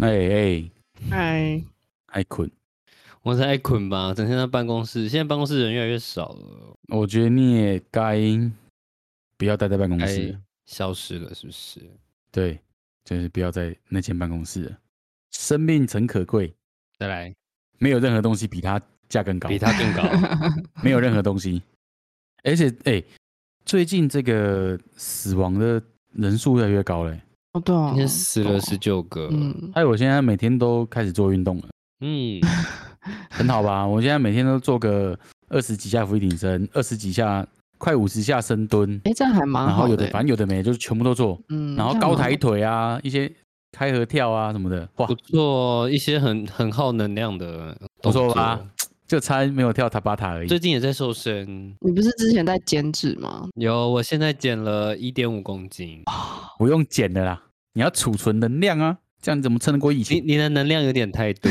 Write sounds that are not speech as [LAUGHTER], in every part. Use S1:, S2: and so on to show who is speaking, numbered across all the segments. S1: 哎哎，
S2: 嗨，
S1: 爱困。
S3: 我才爱捆吧，整天在办公室。现在办公室人越来越少了，
S1: 我觉得你也该不要待在办公室
S3: 该
S1: 了，
S3: 消失了是不是？
S1: 对，就是不要在那间办公室了。生命诚可贵，
S3: 再来，
S1: 没有任何东西比它价更高，
S3: 比他更高。
S1: [LAUGHS] 没有任何东西。而且，哎、最近这个死亡的人数越来越高嘞、
S2: [LAUGHS] 哦对啊
S3: 今天死了
S2: 对啊
S3: 十九个，
S2: 嗯，
S1: 还有，我现在每天都开始做运动了，
S3: 嗯，
S1: 很好吧？我现在每天都做个二十几下俯卧撑，二十几下，快五十下深蹲，
S2: 哎，这样还蛮
S1: 然后
S2: 好
S1: 有
S2: 的
S1: 的
S2: 欸，
S1: 反正有的没，就是全部都做。
S2: 嗯，
S1: 然后
S2: 这样
S1: 高
S2: 蛮好
S1: 抬腿啊，一些开合跳啊什么的，哇
S3: 不，错，哦一些很很耗能量的
S1: 不
S3: 动
S1: 错
S3: 作
S1: 吧？就差没有跳塔巴塔而已。
S3: 最近也在瘦身，
S2: 你不是之前在减脂吗？
S3: 有，我现在减了一点五公斤。
S1: 不用减的啦，你要储存能量啊，这样你怎么撑得过疫
S3: 你
S1: 情？
S3: 你的能量有点太
S1: [LAUGHS]
S3: 多。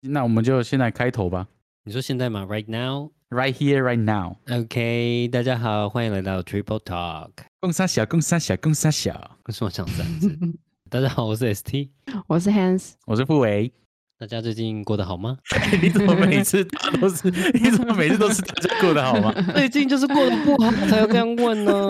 S1: 那我们就现在开头吧
S3: 你说现在吗？Right now。
S1: ，right here right now，
S3: OK，大家好，欢迎来到 Triple Talk。
S1: 共三小，共三小，共三小。
S3: 为什么想三次？大家好，我是 ST。
S2: [LAUGHS] 我是 Hans，
S1: 我是傅维，
S3: 大家最近过得好吗？
S1: 你怎么每次大家都是？你怎么每次都是大家过得好吗？
S3: 最近就是过得不好才要这样问呢。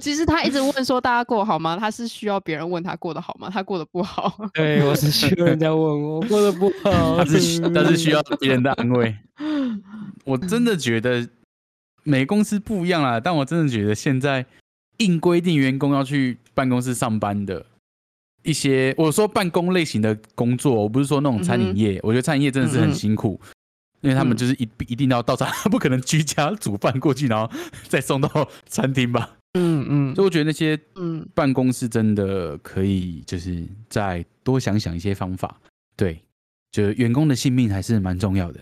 S2: 其实他一直问说大家过得好吗？他是需要别人问他过得好吗？他过得不好，
S3: [LAUGHS] 对，我是需要人家问我过得不好，
S2: 哦
S1: 他是需他是需要别人的安
S2: [LAUGHS]
S1: 慰。我真的觉得每个公司不一样啦，但我真的觉得现在硬规定员工要去办公室上班的一些，我说办公类型的工作，我不是说那种餐
S2: 嗯
S1: 饮
S2: 哼
S1: 业，我觉得餐饮业真的是很
S2: 嗯嗯
S1: 辛苦。因为他们
S2: 嗯
S1: 就是一一定要到餐，他 [LAUGHS] 不可能居家煮饭过去，然后再送到餐厅吧。
S2: 嗯
S1: 所以我觉得那些
S2: 嗯
S1: 办公室真的可以，就是再多想想一些方法。对，就是员工的性命还是蛮重要的。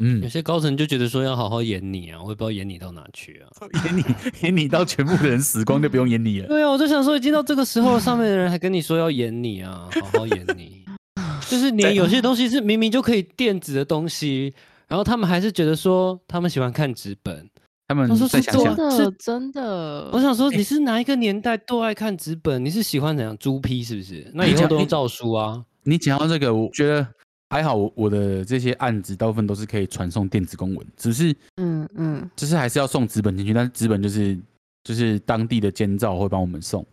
S1: 嗯
S3: 有，些高层就觉得说要好好演你啊，我也不知道演你到哪去啊。
S1: 演你演 [LAUGHS] 你到全部的人死光就不用演你了。
S3: 对啊，我就想说，已经到这个时候了，上面的人还跟你说要演你啊， [LAUGHS] 好好演你。就是你有些东西是明明就可以电子的东西，然后他们还是觉得说他们喜欢看纸本。
S1: 他们
S3: 他说
S1: 再
S3: 是
S1: 想
S3: 做
S2: 真
S1: 想，
S2: 的
S3: 是
S2: 真的，
S3: 我想说，你是哪一个年代都爱看纸本？你是喜欢怎样猪批是不是？那
S1: 你
S3: 以后
S1: 讲
S3: 都
S1: 你
S3: 用照书啊。
S1: 你讲到这个，我觉得还好，我我的这些案子大部分都是可以传送电子公文，只是
S2: 嗯嗯
S1: 就是还是要送纸本进去，但是纸本就是就是当地的监造会帮我们送。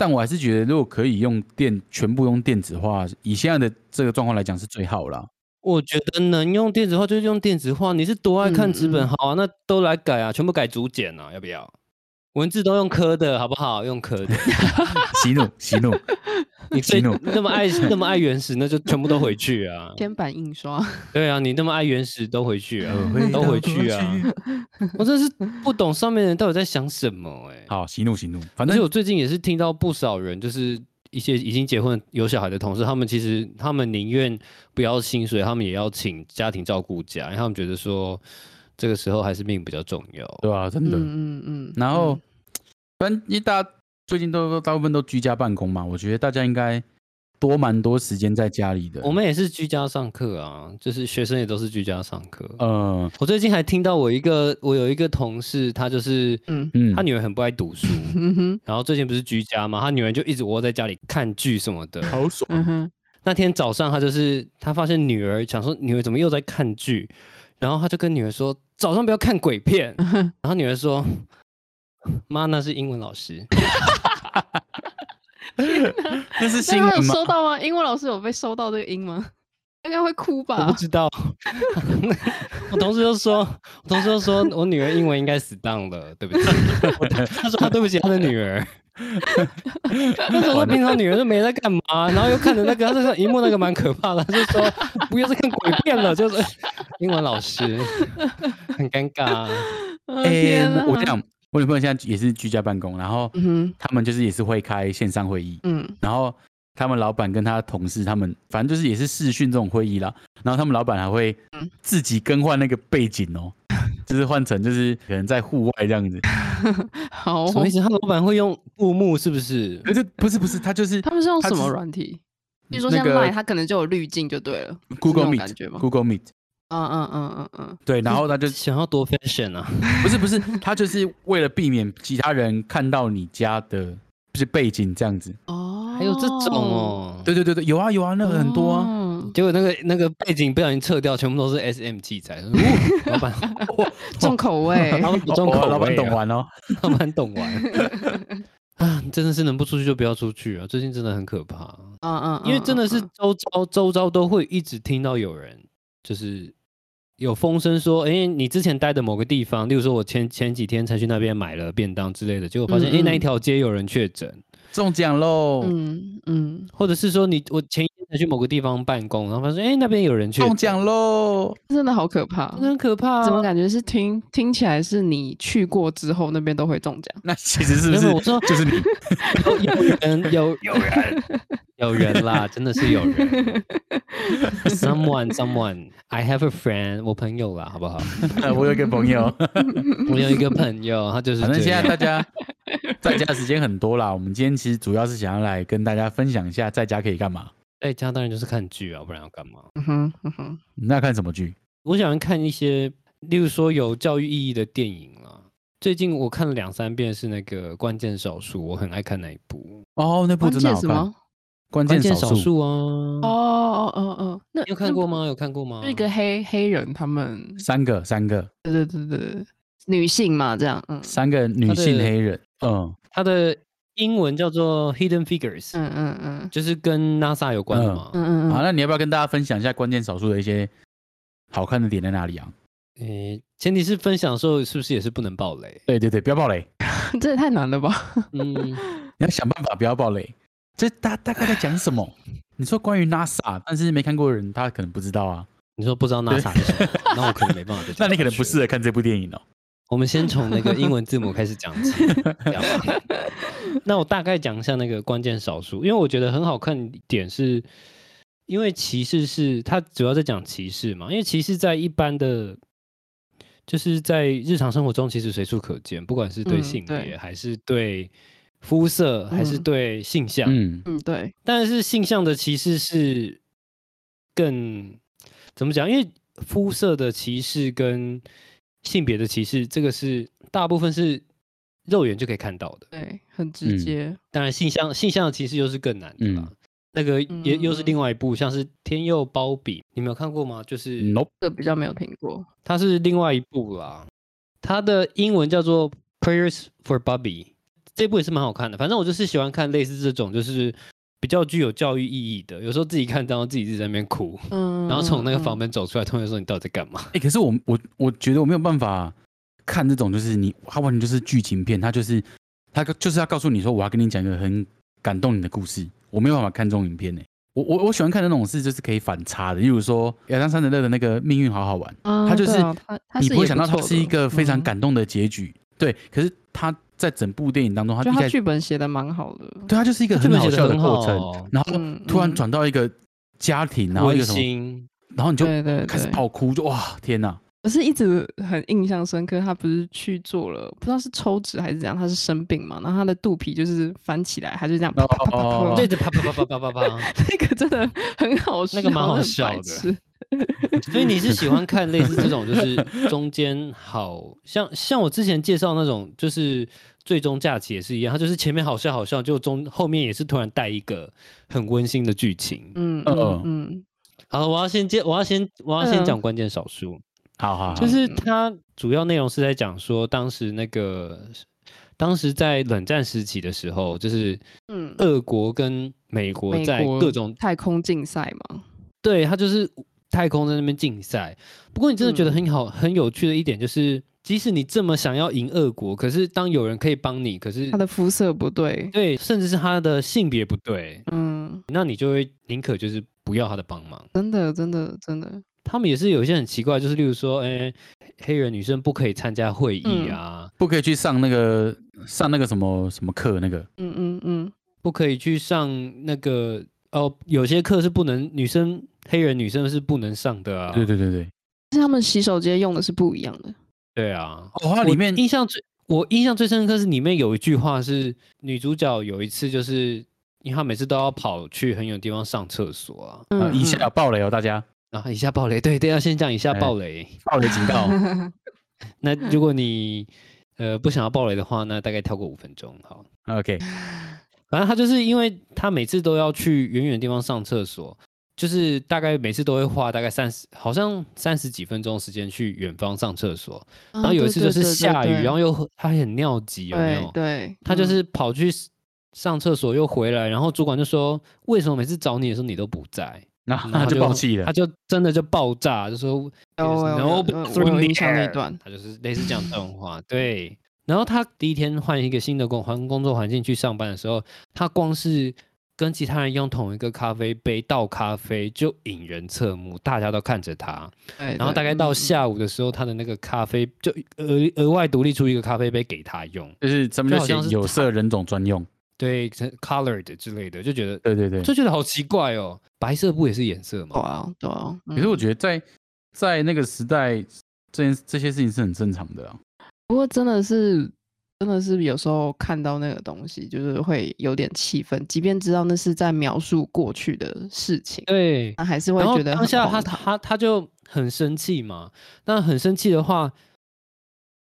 S1: 但我还是觉得，如果可以用电全部用电子化，以现在的这个状况来讲是最好啦。 [LAUGHS]
S3: 我觉得能用电子化就用电子化，你是多爱看纸
S2: 嗯
S3: 本
S2: 嗯
S3: 好啊，那都来改啊，全部改竹简啊，要不要？文字都用科的好不好？用科的，
S1: 息怒，息怒，
S3: 你
S1: 息
S3: 最
S1: 怒。！
S3: 那么爱那么爱原始，那就全部都回去啊。
S2: 天板印刷，
S3: 对啊，你那么爱原始都回去啊，
S2: 嗯
S3: 都回去啊！我真是不懂上面人到底在想什么哎、
S1: 好，息怒，息怒。反
S2: 嗯
S3: 而且
S1: 正
S3: 我最近也是听到不少人，就是一些已经结婚有小孩的同事，他们其实他们宁愿不要薪水，他们也要请家庭照顾假，因为他们觉得说这个时候还是命比较重要。
S1: 对啊，真
S2: 嗯
S1: 的。
S2: 嗯嗯，
S1: 然后
S2: 嗯，
S1: 反正因为大家最近都都大部分都居家办公嘛，我觉得大家应该多蛮多时间在家里的。
S3: 我们也是居家上课啊，就是学生也都是居家上课。
S1: 呃，
S3: 我最近还听到我一个我有一个同事，他就是
S2: 嗯
S1: 嗯
S3: 他，女儿很不爱读书，
S2: 嗯
S1: 哦
S2: 哼
S3: 然后最近不是居家嘛，他女儿就一直窝在家里看剧什么
S1: [LAUGHS]
S3: 的。
S1: 好爽
S2: 嗯哼，
S3: 那天早上他就是他发现女儿想说女儿怎么又在看剧，然后他就跟女儿说早上不要看鬼片， [LAUGHS] 然后女儿说妈那是英文老师，
S1: 那是
S2: 那
S1: 新
S2: 他有
S1: 闻吗？
S2: 收到吗？英文老师有被收到这个音吗？应该会哭
S3: 我
S2: 吧
S3: 不？知道。 [LAUGHS] 我同事就说，我同事就说我女儿英文应该死当了，对不起。 [LAUGHS] 我他说他对不起他的女儿。那时候他平常女儿都没在干嘛，然后又看着那个，他就说荧幕那个蛮可怕的，他就说不要再看鬼片了，就是英文老师很尴尬、
S2: 呃
S1: 哎、
S2: [LAUGHS] 天
S1: 我我
S2: 啊
S1: 这样，我女朋友现在也是居家办公，然后
S2: 嗯哼，
S1: 他们就是也是会开线上会议，
S2: 嗯
S1: 然后他们老板跟他同事，他们反正就是也是视讯这种会议啦。然后他们老板还会
S2: 嗯
S1: 自己更换那个背景哦， [LAUGHS] 就是换成就是可能在户外这样子。
S2: 好
S3: 什么
S2: 哦，
S3: 意思？他老板会用布幕是不是？
S1: 可是不是不是，他就是
S2: 他们是用
S1: 他
S2: 什么
S1: 是
S2: 软体？比如说
S1: 那
S2: 像 Line，
S1: 个
S2: 它可能就有滤镜就对了。
S1: Google
S2: 是那种感觉
S1: Meet
S2: 吗
S1: Google Meet
S2: 嗯嗯嗯嗯嗯，
S1: 对，然后
S2: [LAUGHS]
S1: 他就
S3: 想要多 fashion 啊？
S1: 不是不是，他就是为了避免其他人看到你家的就是背景这样子。
S2: 哦，
S3: 还有这种，哦，
S1: 对对对对，有啊有啊，那个很多啊。
S2: 哦
S3: 结果那个那个背景不小心撤掉，全部都是 S M 器
S2: [LAUGHS]
S3: 材。哦老板，。
S2: 重口味
S3: 老板
S1: 哦
S3: 重口
S1: 哦
S3: 味
S1: 老板懂
S3: 啊
S1: 玩哦。
S3: 他们很懂
S2: [LAUGHS]
S3: 玩啊！真的是能不出去就不要出去啊！最近真的很可怕，啊
S2: 嗯嗯，
S3: 因为真的是
S2: 嗯嗯
S3: 周遭周遭都会一直听到有人就是有风声说，哎、你之前待的某个地方，例如说我前前几天才去那边买了便当之类的，结果发现，哎、
S2: 嗯嗯
S3: 那一条街有人确诊，
S1: 中奖喽！
S2: 嗯嗯，
S3: 或者是说你我前一天才去某个地方办公，然后发现，哎、那边有人确
S1: 中
S3: 诊，
S1: 奖喽！
S2: 真的好可怕。
S3: 真的很可怕、啊。
S2: 怎么感觉是听听起来是你去过之后那边都会中奖？
S1: 那其实是不
S3: 没有
S1: 是
S3: 我说
S1: 就
S3: [LAUGHS]
S1: 是你？ [LAUGHS]
S3: 有有人有有人有人啦，真的是有
S2: [LAUGHS]
S3: 人。Someone, someone, I have a friend，我朋友啦，好不好？
S1: 我有一个朋友，
S3: 我有一个朋友，他就是
S1: 反正
S3: 这
S1: 现在
S3: 样。
S1: 大家在家时间很多啦。我们今天其实主要是想要来跟大家分享一下在家可以干嘛。
S3: 在家哎当然就是看剧啊，不然要干嘛？
S2: 嗯哼嗯哼，
S1: 那看什么剧？
S3: 我想看一些，例如说有教育意义的电影啦。最近我看了两三遍是那个《关键少数》，我很爱看那一部。
S1: 哦，那部
S2: 关
S1: 真的
S2: 键
S1: 好
S2: 什
S1: 看。
S2: 么？
S1: 关
S3: 关
S1: 键
S3: 键
S1: 少
S3: 少
S1: 数
S3: 数啊，
S2: 哦，哦哦哦，那
S3: 你有看
S2: 那
S3: 过
S2: 不
S3: 吗？有看过吗？
S2: 那个黑黑人他们，
S1: 三个，三个，
S2: 对对对对对，女性嘛，这样，嗯
S1: 三个女性
S3: 他的
S1: 黑人。嗯，
S3: 它的英文叫做《Hidden Figures》。
S2: 嗯嗯嗯
S3: 就是跟 NASA 有关的
S1: 嗯
S3: 嘛。
S2: 嗯嗯
S1: 好，
S2: 嗯，
S1: 那你要不要跟大家分享一下关键少数的一些好看的点在哪里啊？？
S3: 诶、前提是分享的时候是不是也是不能爆雷
S1: 对对对，不要暴雷，
S2: [LAUGHS] 这也太难了吧？
S3: 嗯，
S1: 你要想办法不要暴雷。这大大概在讲什么？ [LAUGHS] 你说关于 NASA，但是没看过的人他可能不知道啊。
S3: 你说不知道 NASA 是什么，那我可能没办法再
S1: [LAUGHS] 那
S3: 讲
S1: 你可能
S3: 下
S1: 不
S3: 去
S1: 适
S3: 了。
S1: 合看这部电影哦。
S3: 我们先从那个英文字母开始讲
S2: [LAUGHS]
S3: 起。这样吧那我大概讲一下那个关键少数，因为我觉得很好看的点是，因为歧视是它主要在讲歧视嘛，因为歧视在一般的。就是在日常生活中，其实随处可见，不管是对
S2: 嗯
S3: 性
S2: 对
S3: 别，还是对肤色，还是
S2: 嗯
S3: 对性向，
S1: 嗯，
S2: 嗯，对，
S3: 但是性向的歧视是更怎么讲？因为肤色的歧视跟性别的歧视，这个是大部分是肉眼就可以看到的。
S2: 对，很
S1: 嗯
S2: 直接，
S3: 当然，性向性向的歧视又是更难的啦。
S1: 嗯
S3: 那个也又是
S2: 嗯
S3: 另外一部，像是《天佑包比》，你们有看过吗？就是、
S1: n o
S2: 这比较没有听
S1: [LAUGHS]
S2: 过。
S3: 它是另外一部啦，它的英文叫做《Prayers for Bobby》，这部也是蛮好看的。反正我就是喜欢看类似这种，就是比较具有教育意义的。有时候自己看，然后自己一直在那边哭，
S2: 嗯，
S3: 然后从那个
S2: 嗯
S3: 房，门走出来，同学说：“你到底在干嘛
S1: 哎、可是我我我觉得我没有办法看这种，就是你它完全就是剧情片，它就是它就是要告诉你说我要跟你讲一个很感动你的故事，我没有办法看这种影片呢、欸我我我喜欢看那种事，就是可以反差的，例如说亚当·桑德勒的那个《命运好好玩》，
S2: 他
S1: 他就是
S2: 嗯啊他，他
S1: 你
S2: 是
S1: 不会
S2: 也
S1: 想到它
S2: 错
S1: 是一
S2: 的
S1: 个非常
S2: 嗯
S1: 感动的结局，对。可是他在整部电影当中，他
S2: 就
S1: 一
S2: 他
S1: 开
S2: 剧本写的蛮好的，
S1: 对他就是一个
S3: 剧
S1: 很
S3: 本
S1: 好
S3: 写得
S1: 笑的
S3: 很
S1: 过
S3: 好
S1: 程，然后
S2: 嗯
S1: 突然
S2: 嗯
S1: 转到一个家庭，？”然后
S3: 温
S1: 一个什么，
S3: 馨，
S1: 然后你就
S2: 对对
S1: 开始
S2: 对，
S1: 爆哭，就哇天哪！
S2: 我是一直很印象深刻。他不是去做了，不知道是抽脂还是怎样，他是生病嘛，然后他的肚皮就是翻起来，他就这样啪啪啪啪
S1: 哦
S2: 啪
S3: 对着啪啪啪啪啪啪啪。
S2: 那个真的很好笑，
S3: 那个蛮好
S2: 很白
S3: 笑的
S2: 痴
S3: [LAUGHS] 所以你是喜欢看类似这种，就是中间好像像我之前介绍那种，就是最终假期也是一样，它就是前面好笑好笑，就中后面也是突然带一个很温馨的剧情。
S2: 嗯
S1: 呃
S2: 嗯嗯，
S3: 好，我要先接，我要先我要先
S2: 嗯
S3: 讲关键少数，
S1: 好好好，
S3: 就是它主要内容是在讲说当时那个当时在冷战时期的时候，就是
S2: 嗯
S3: 俄国跟美国
S2: 美
S3: 在
S2: 国
S3: 各种
S2: 太空竞赛嘛，
S3: 对，它就是太空在那边竞赛。不过你真的觉
S2: 嗯
S3: 得很好、很有趣的一点就是，即使你这么想要赢俄国，可是当有人可以帮你，可是
S2: 他的肤色不对，
S3: 对，甚至是他的性别不对，
S2: 嗯，
S3: 那你就会宁可就是不要他的帮忙。
S2: 真的真的真的，
S3: 他们也是有一些很奇怪，就是例如说，哎，黑人女生不可以参加会议
S2: 嗯
S3: 啊，
S1: 不可以去上那个上那个什么什么课那个，
S2: 嗯嗯嗯，
S3: 不可以去上那个哦，有些课是不能女生黑人女生是不能上的啊。
S1: 对对对对，
S2: 但是他们洗手间用的是不一样的，
S3: 对啊，
S1: 哦，它里
S3: 我
S1: 面
S3: 印象最我印象最深刻是里面有一句话是女主角有一次就是因为她每次都要跑去很远的地方上厕所啊，
S1: 啊
S2: 嗯，，
S1: 一下爆雷哦，大家
S3: 然后一下暴雷， [LAUGHS] 对对，要先讲一下
S1: 哎
S3: 暴雷。
S1: 爆雷警告
S3: [LAUGHS]
S2: 嗯
S3: 那如果你呃不想要暴雷的话，那大概跳过五分钟好。
S1: OK，
S3: 反正他就是因为他每次都要去远远的地方上厕所，就是大概每次都会花大概三十，好像三十几分钟的时间去远方上厕所。
S2: 然
S3: 然后有一次就是下雨，然后又很他很尿急，有没
S2: 对
S3: 有？
S2: 对，
S3: 他就
S2: 嗯
S3: 是跑去 s- 上厕所又回来，然后主管就说：“为什么每次找你的时候你都不在
S1: 然？”后他 [LAUGHS] 就
S3: 就
S1: 爆气
S3: 他
S1: 了。
S3: 就真的就爆炸，就说
S2: 嗯有哦我有
S3: 然
S2: 有
S3: 后
S2: 有我有印象那一段
S3: 他就是类似讲这种话，对。然后他第一天换一个新的工换工作环境去上班的时候，他光是跟其他人用同一个咖啡杯倒咖啡就引人侧目，大家都看着他。
S2: 对，
S3: 然后
S2: 对
S3: 大概到
S2: 嗯
S3: 下午的时候，他的那个咖啡就额额外独立出一个咖啡杯给他用，
S1: 就是咱们
S3: 就好
S1: 写
S3: 像是
S1: 有
S3: 他
S1: 色人种专用，
S3: 对，colored 之类的，就觉得
S1: 对哦对对。
S3: 就觉得好奇怪哦，白色不也是颜色
S2: 对
S3: 吗？
S2: 啊对啊，
S1: 可是我
S2: 嗯
S1: 觉得在在那个时代，这件这些事情是很正常的啊。
S2: 不过真的是，真的是有时候看到那个东西，就是会有点气愤，即便知道那是在描述过去的事情，
S3: 对，
S2: 那还是会
S3: 然后
S2: 觉得
S3: 当
S2: 很
S3: 下
S2: 荒
S3: 他
S2: 唐
S3: 他他就很生气嘛，那很生气的话，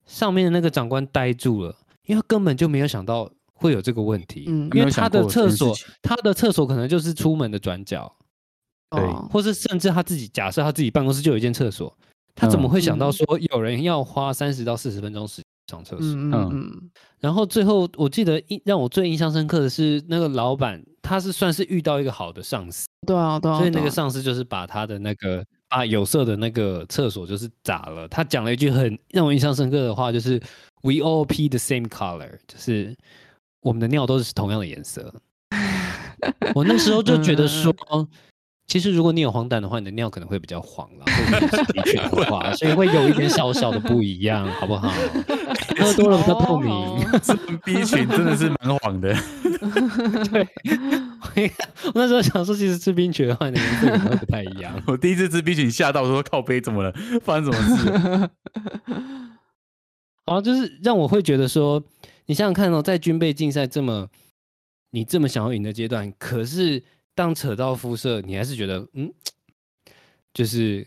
S3: 上面的那个长官呆住了，因为他根本就没有想到会有这个问题，
S2: 嗯
S1: 没
S3: 因
S1: 有
S3: 为
S1: 想
S3: 他的
S1: 过这
S3: 厕
S1: 件事
S3: 所
S1: 情，
S3: 他的厕所可能就是出门的转角，
S1: 对
S2: 哦
S3: 或是甚至他自己假设他自己办公室就有一间厕所，他怎么
S1: 嗯
S3: 会想到
S2: 嗯
S3: 说有人要花三十到四十分钟时间上厕所？
S2: 嗯
S1: 嗯
S2: 嗯嗯，
S3: 然后最后我记得印让我最印象深刻的是那个老板，他是算是遇到一个好的上司，
S2: 对啊对啊，
S3: 所以那
S2: 对
S3: 个
S2: 啊
S3: 上司就是把他的那个把有色的那个厕所就是砸了。他讲了一句很让我印象深刻的话，就是 “We all pee the same color”，就是我们的尿都是同样的颜色。我那时候就觉得说。其实，如果你有黄疸的话，你的尿可能会比较黄啦，或者是的确的话，所以会有一点小小的不一样，好不好？喝多了比较透明。
S2: 哦
S1: [LAUGHS] 这 B 群真的是蛮晃的。。
S3: 我那时候想说，其实吃冰雪的话，你的颜色可能会不太一样
S1: 我第一次吃 B 群吓到，我说靠背怎么了？发生什么事了？
S3: 然后就是让我会觉得说，你想想看哦，在军备竞赛这么你这么想要赢的阶段，可是当扯到肤色，你还是觉得嗯，就是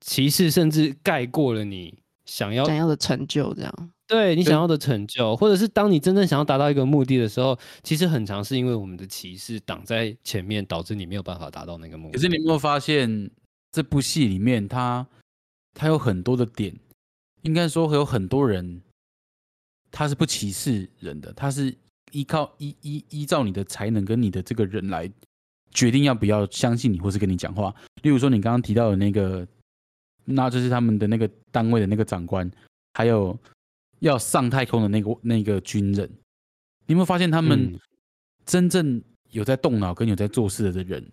S3: 歧视甚至盖过了你想要
S2: 想要的成就这样，
S3: 对你
S1: 对
S3: 想要的成就，或者是当你真正想要达到一个目的的时候，其实很常是因为我们的歧视挡在前面，导致你没有办法达到那个目的。
S1: 可是你有没有发现，这部戏里面它它有很多的点，应该说有很多人他是不歧视人的，他是依靠依依依照你的才能跟你的这个人来决定要不要相信你或是跟你讲话。例如说你刚刚提到的那个，那就是他们的那个单位的那个长官，还有要上太空的那个那个军人，你有没有发现他们、
S3: 嗯
S1: 真正有在动脑跟有在做事的人，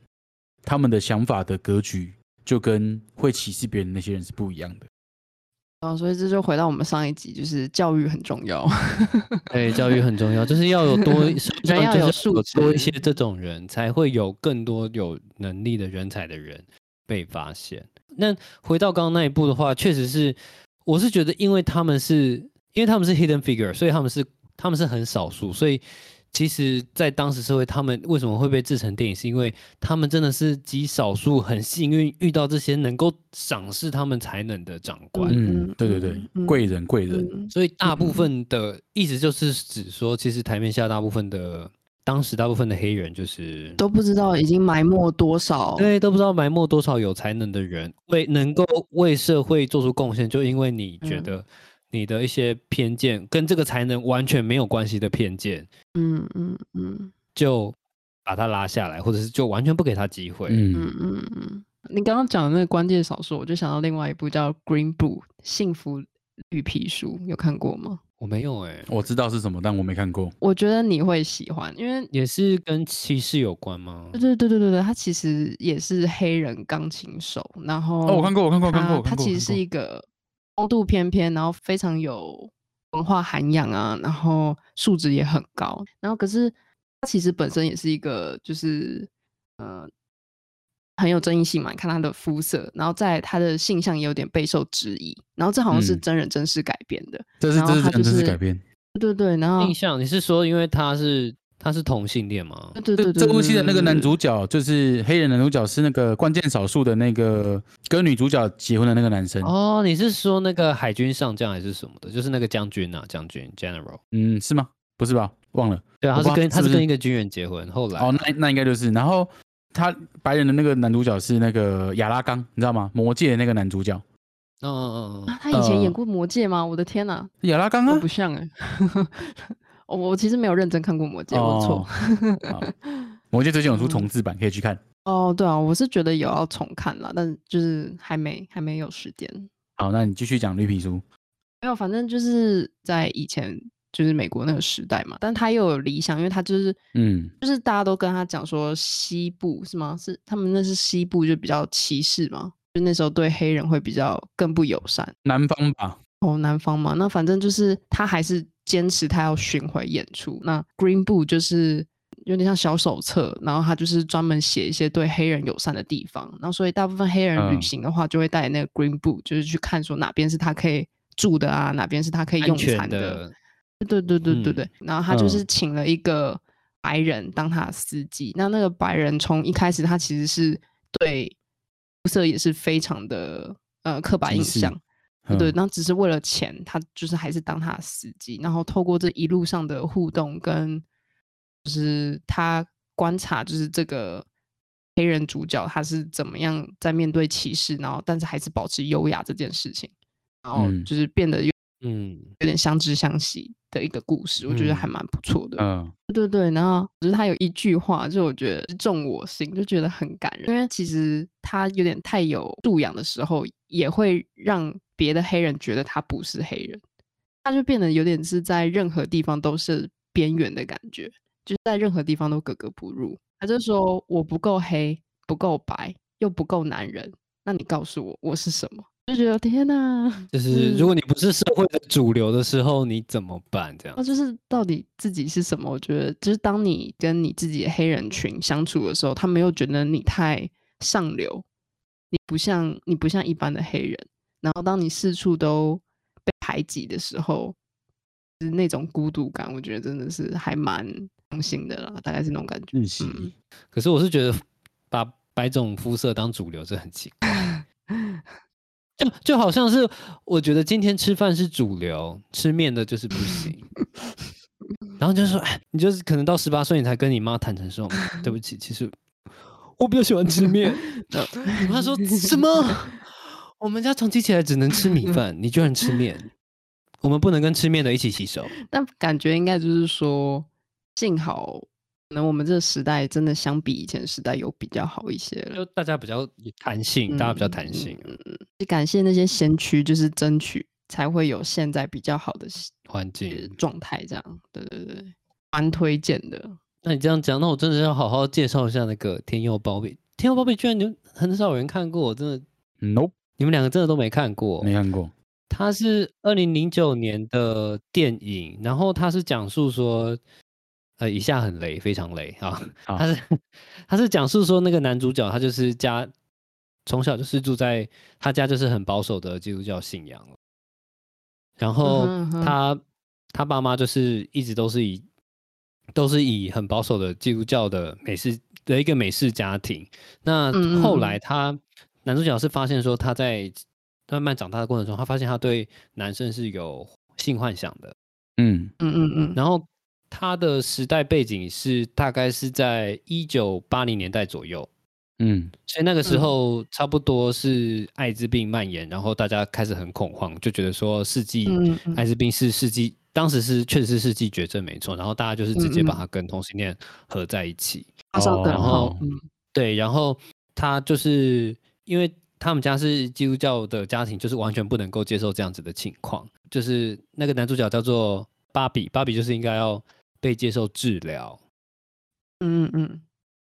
S1: 他们的想法的格局就跟会歧视别人的那些人是不一样的。
S2: 啊，所以这就回到我们上一集，就是教育很重要， [LAUGHS]
S3: 对，教育很重要，就是要有多社会上就
S2: 要
S3: 是
S2: 有
S3: 有
S2: 素
S3: 多一
S2: 质
S3: 些这种人，才会有更多有能力的人才的人被发现。那回到刚刚那一步的话，确实是，我是觉得，因为他们是，因为他们是 hidden figure，所以他们是他们是很少数，所以其实，在当时社会，他们为什么会被制成电影，是因为他们真的是极少数，很幸运遇到这些能够赏识他们才能的长官。
S2: 嗯
S1: 对对对，
S2: 嗯
S1: 贵人贵人，
S2: 嗯
S3: 所以大
S2: 嗯
S3: 部分的意思就是指说，其实台面下大部分的当时大部分的黑人就是
S2: 都不知道已经埋没多少，
S3: 对都不知道埋没多少有才能的人，为能够为社会做出贡献，就因为你觉
S2: 嗯
S3: 得你的一些偏见跟这个才能完全没有关系的偏见，
S2: 嗯嗯嗯
S3: 就把他拉下来，或者是就完全不给他机会。
S1: 嗯，
S2: 嗯嗯嗯，你刚刚讲的那个关键少数，我就想到另外一部叫《Green Book》幸福绿皮书，有看过吗？
S3: 我没有哎、
S1: 我知道是什么，但我没看过。
S2: 我觉得你会喜欢，因为
S3: 也是跟歧视有关吗？
S2: 对对对对对对，他其实也是黑人钢琴手，然后
S1: 哦，我看过，我看过，我看过，
S2: 他
S1: 我
S2: 他
S1: 看过
S2: 其实是一个风度翩翩，然后非常有文化涵养啊，然后素质也很高，然后可是他其实本身也是一个就是呃很有争议性嘛，你看他的肤色，然后在他的性向也有点备受质疑，然后这好像是
S1: 嗯
S2: 真人真事改编的，
S1: 这是
S2: 然后
S1: 这是
S2: 他
S1: 真
S2: 就
S1: 真实
S2: 是
S1: 改编。
S2: 对对对，然后
S3: 印象你是说，因为他是他是同性恋吗？
S2: 对对对
S1: 这
S2: 对
S1: 这部戏的那个男。
S2: 对对对
S1: 主角就是黑人男主角，是那个关键少数的那个跟女主角结婚的那个男生。
S3: 哦，你是说那个海军上将还是什么的？就是那个将军啊，将军 general。
S1: 嗯，是吗？不是吧？忘了。
S3: 对啊，
S1: 我
S3: 他是
S1: 不知道
S3: 跟他
S1: 是
S3: 是
S1: 不是
S3: 跟一个军人结婚，后来
S1: 哦，那那应该就是。然后他白人的那个男主角是那个亚拉冈，你知道吗？魔界的那个男主角
S3: 嗯嗯嗯
S2: 啊，他以前
S1: 呃
S2: 演过《魔戒》吗？我的天哪、
S1: 亚拉冈
S2: 我
S1: 啊
S2: 不，像哎、 [LAUGHS] 我我其实没有认真看过《魔戒》，我错。
S1: 哦。 [LAUGHS] 好魔界最近有出重制版，可以去看。
S2: 哦，对啊，我是觉得有要重看啦，但就是还没还没有时间。
S1: 好，那你继续讲绿皮书。
S2: 没有，反正就是在以前就是美国那个时代嘛，但他又有理想，因为他就是
S1: 嗯，
S2: 就是大家都跟他讲说西部是吗？是他们那是西部就比较歧视嘛，就那时候对黑人会比较更不友善。
S1: 南方吧，
S2: 哦，南方嘛，那反正就是他还是坚持他要巡回演出。那 Green Book 就是有点像小手册，然后他就是专门写一些对黑人友善的地方。然后所以大部分黑人旅
S1: 嗯
S2: 行的话，就会带那个 Green Book，就是去看说哪边是他可以住的啊，哪边是他可
S3: 嗯，
S2: 以
S3: 安
S2: 用
S3: 全
S2: 餐
S3: 的，
S2: 对对对对对，然后他就
S1: 嗯
S2: 是请了一个白人当他的司机。那那个白人从一开始他其实是对肤色也是非常的呃刻板
S1: 歧
S2: 印
S1: 视
S2: 象，
S1: 嗯
S2: 对，那只是为了钱，他就是还是当他的司机，然后透过这一路上的互动跟，就是他观察，就是这个黑人主角他是怎么样在面对歧视，然后但是还是保持优雅这件事情，然后
S1: 嗯
S2: 哦就是变得有
S3: 嗯，
S2: 有点相知相惜的一个故事，我觉得还
S3: 嗯
S2: 蛮不错的。
S1: 嗯
S2: 对对，然后只是他有一句话，就我觉得中我心，就觉得很感人。因为其实他有点太有素养的时候，也会让别的黑人觉得他不是黑人，他就变得有点是在任何地方都是边缘的感觉，就是在任何地方都格格不入。他就说我不够黑，不够白，又不够男人，那你告诉我我是什么？就觉得天哪，
S3: 就是
S2: 嗯
S3: 如果你不是社会的主流的时候，你怎么办？这样
S2: 那哦就是到底自己是什么？我觉得，就是当你跟你自己的黑人群相处的时候，他们又觉得你太上流，你不像你不像一般的黑人。然后当你四处都被排挤的时候，就是那种孤独感，我觉得真的是还蛮伤心的啦，大概是那种感觉。
S1: 日系
S2: 嗯
S3: 可是我是觉得 [LAUGHS] 把白种肤色当主流是很奇怪，
S2: [LAUGHS]
S3: 就就好像是我觉得今天吃饭是主流，吃面的就是不
S2: [LAUGHS]
S3: 行。然后就说，哎，你就是可能到十八岁你才跟你妈坦诚说，嗯
S2: [LAUGHS]
S3: 对不起，其实我比较喜欢吃面。你妈说什么？我们家长期起来只能吃米
S2: [LAUGHS]
S3: 饭，你居然吃面，我们不能跟吃面的一起洗
S2: [LAUGHS]
S3: 手。
S2: 但感觉应该就是说，幸好可能我们这个时代真的相比以前时代有比较好一些了。
S3: 就大家比较弹性，大家比较弹性，
S2: 嗯嗯嗯就感谢那些先驱，就是争取才会有现在比较好的西
S3: 环
S2: 呃
S3: 境。
S2: 状态，这样。对对对，蛮推荐的。
S3: 那你这样讲，那我真的是要好好介绍一下那个天佑包庇。天佑包庇居然就很少有人看过，我真的，
S1: 嗯，nope，
S3: 你们两个真的都没看
S2: 哦
S3: 过。
S1: 没看过。
S3: 它是二零零九年的电影，然后它是讲述说，呃，以下很雷，非常雷啊。
S1: 好
S3: 它是它是讲述说那个男主角他就是家从小就是住在他家就是很保守的基督教信仰了然后
S2: 嗯哼嗯哼
S3: 他他爸妈就是一直都是以都是以很保守的基督教的美式的一个美式家庭。那
S2: 嗯嗯
S3: 后
S2: 嗯
S3: 来他男主角是发现说他在慢慢长大的过程中，他发现他对男生是有性幻想的。
S1: 嗯
S2: 嗯嗯嗯，
S3: 然后他的时代背景是大概是在一九八零年代左右，
S1: 嗯
S3: 所以那个时
S2: 嗯
S3: 候差不多是艾滋病蔓延，然后大家开始很恐慌，就觉得说世纪
S2: 嗯嗯
S3: 艾滋病是世纪，当时是确实是世纪绝症没错，然后大家就是直
S2: 嗯
S3: 接把它跟同性恋合在一起。
S2: 画上
S1: 哦
S2: 等
S3: 然
S2: 号
S3: 后。
S2: 嗯
S3: 对，然后他就是因为他们家是基督教的家庭，就是完全不能够接受这样子的情况。就是那个男主角叫做芭比，芭比就是应该要被接受治疗，
S2: 嗯嗯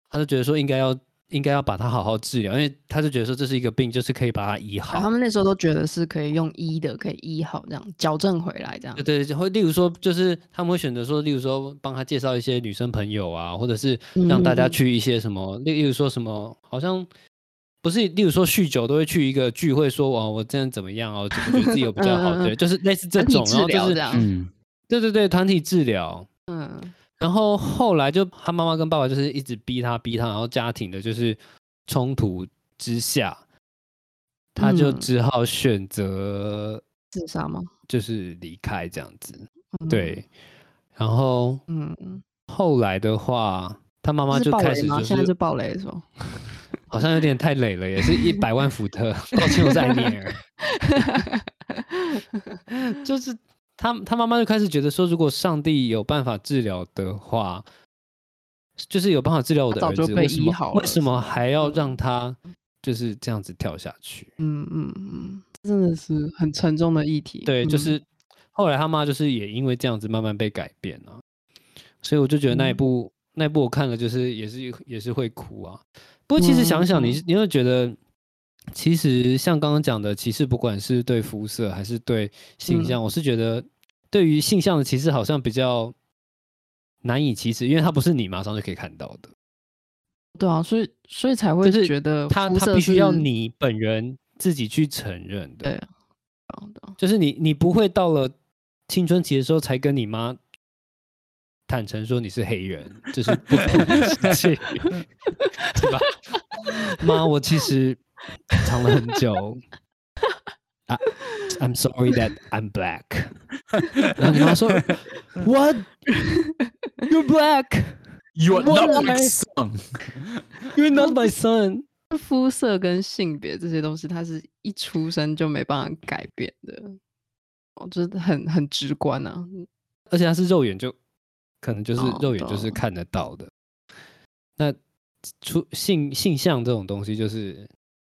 S3: 他就觉得说应该要应该要把他好好治疗，因为他就觉得说这是一个病，就是可以把它医
S2: 嗯，他
S3: 好。
S2: 们那时候都觉得是可以用医的，可以医好这样矫正回来这样
S3: 对。对，对会例如说，就是他们会选择说，例如说帮他介绍一些女生朋友啊，或者是让大家
S2: 嗯
S3: 去一些什么，例、例如说什么，好像不是，例如说酗酒都会去一个聚会说，哦，我这样怎么样哦，我觉得自己有比较好，
S2: 嗯嗯嗯
S3: 对，就是类似这
S2: 团体
S3: 种，然
S2: 治
S3: 后就
S2: 疗
S3: 是
S2: 这样。
S1: 嗯
S3: 对对对，团体治疗。
S2: 嗯
S3: 然后后来就他妈妈跟爸爸就是一直逼他逼他，然后家庭的就是冲突之下，他就
S2: 嗯
S3: 只好选择
S2: 自杀吗？
S3: 就是离开这样子。
S2: 嗯，
S3: 对，然后
S2: 嗯，
S3: 后来的话，他妈妈
S2: 这
S3: 就
S2: 是暴
S3: 开
S2: 雷
S3: 始
S2: 吗？
S3: 就
S2: 现在
S3: 是
S2: 就暴雷是吧？
S3: 好像有
S2: [LAUGHS]
S3: 点太累了耶，也是一百万伏特。抱歉，我是艾米尔。就是他他妈妈就开始觉得说，如果上帝有办法治疗的话，就是有办法治疗我的
S2: 他早
S3: 儿
S2: 就
S3: 子，
S2: 被
S3: 为什
S2: 医
S3: 么
S2: 好
S3: 为
S2: 了
S3: 什么还要
S2: 嗯
S3: 让他就是这样子跳下去？
S2: 嗯嗯嗯，这真的是很沉重的议题。
S3: 对，就
S2: 嗯
S3: 是后来他妈就是也因为这样子慢慢被改变啊，所以我就觉得那一
S2: 嗯
S3: 部、那一部我看了就是也是也是会哭啊。不过其实想想你，
S2: 嗯
S3: 你会觉得，其实像刚刚讲的歧视，不管是对肤色还是对性
S2: 嗯
S3: 向，我是觉得对于性向的歧视好像比较难以启齿，因为它不是你马上就可以看到的，
S2: 对啊，所以所以才会
S3: 是
S2: 觉得
S3: 它
S2: 肤
S3: 它
S2: 色
S3: 必须要
S2: 是
S3: 你本人自己去承认的。
S2: 对啊对啊
S3: 就是你你不会到了青春期的时候才跟你妈坦诚说你是黑人，这是不可能的事情，对吧？妈，我其实藏了很久。啊 I'm sorry that I'm black 。 [LAUGHS] 然后你妈说，What? You're black.
S1: You are
S3: What
S1: not
S3: am
S1: my
S3: I-
S1: son。
S3: You're not my son.
S2: 肤色跟性别这些东西，它是一出生就没办法改变的。我觉得很很直观啊，
S3: 而且他是肉眼就，可能就是
S2: 哦
S3: 肉眼就是
S2: 懂
S3: 看得到的。那出性性向这种东西，就是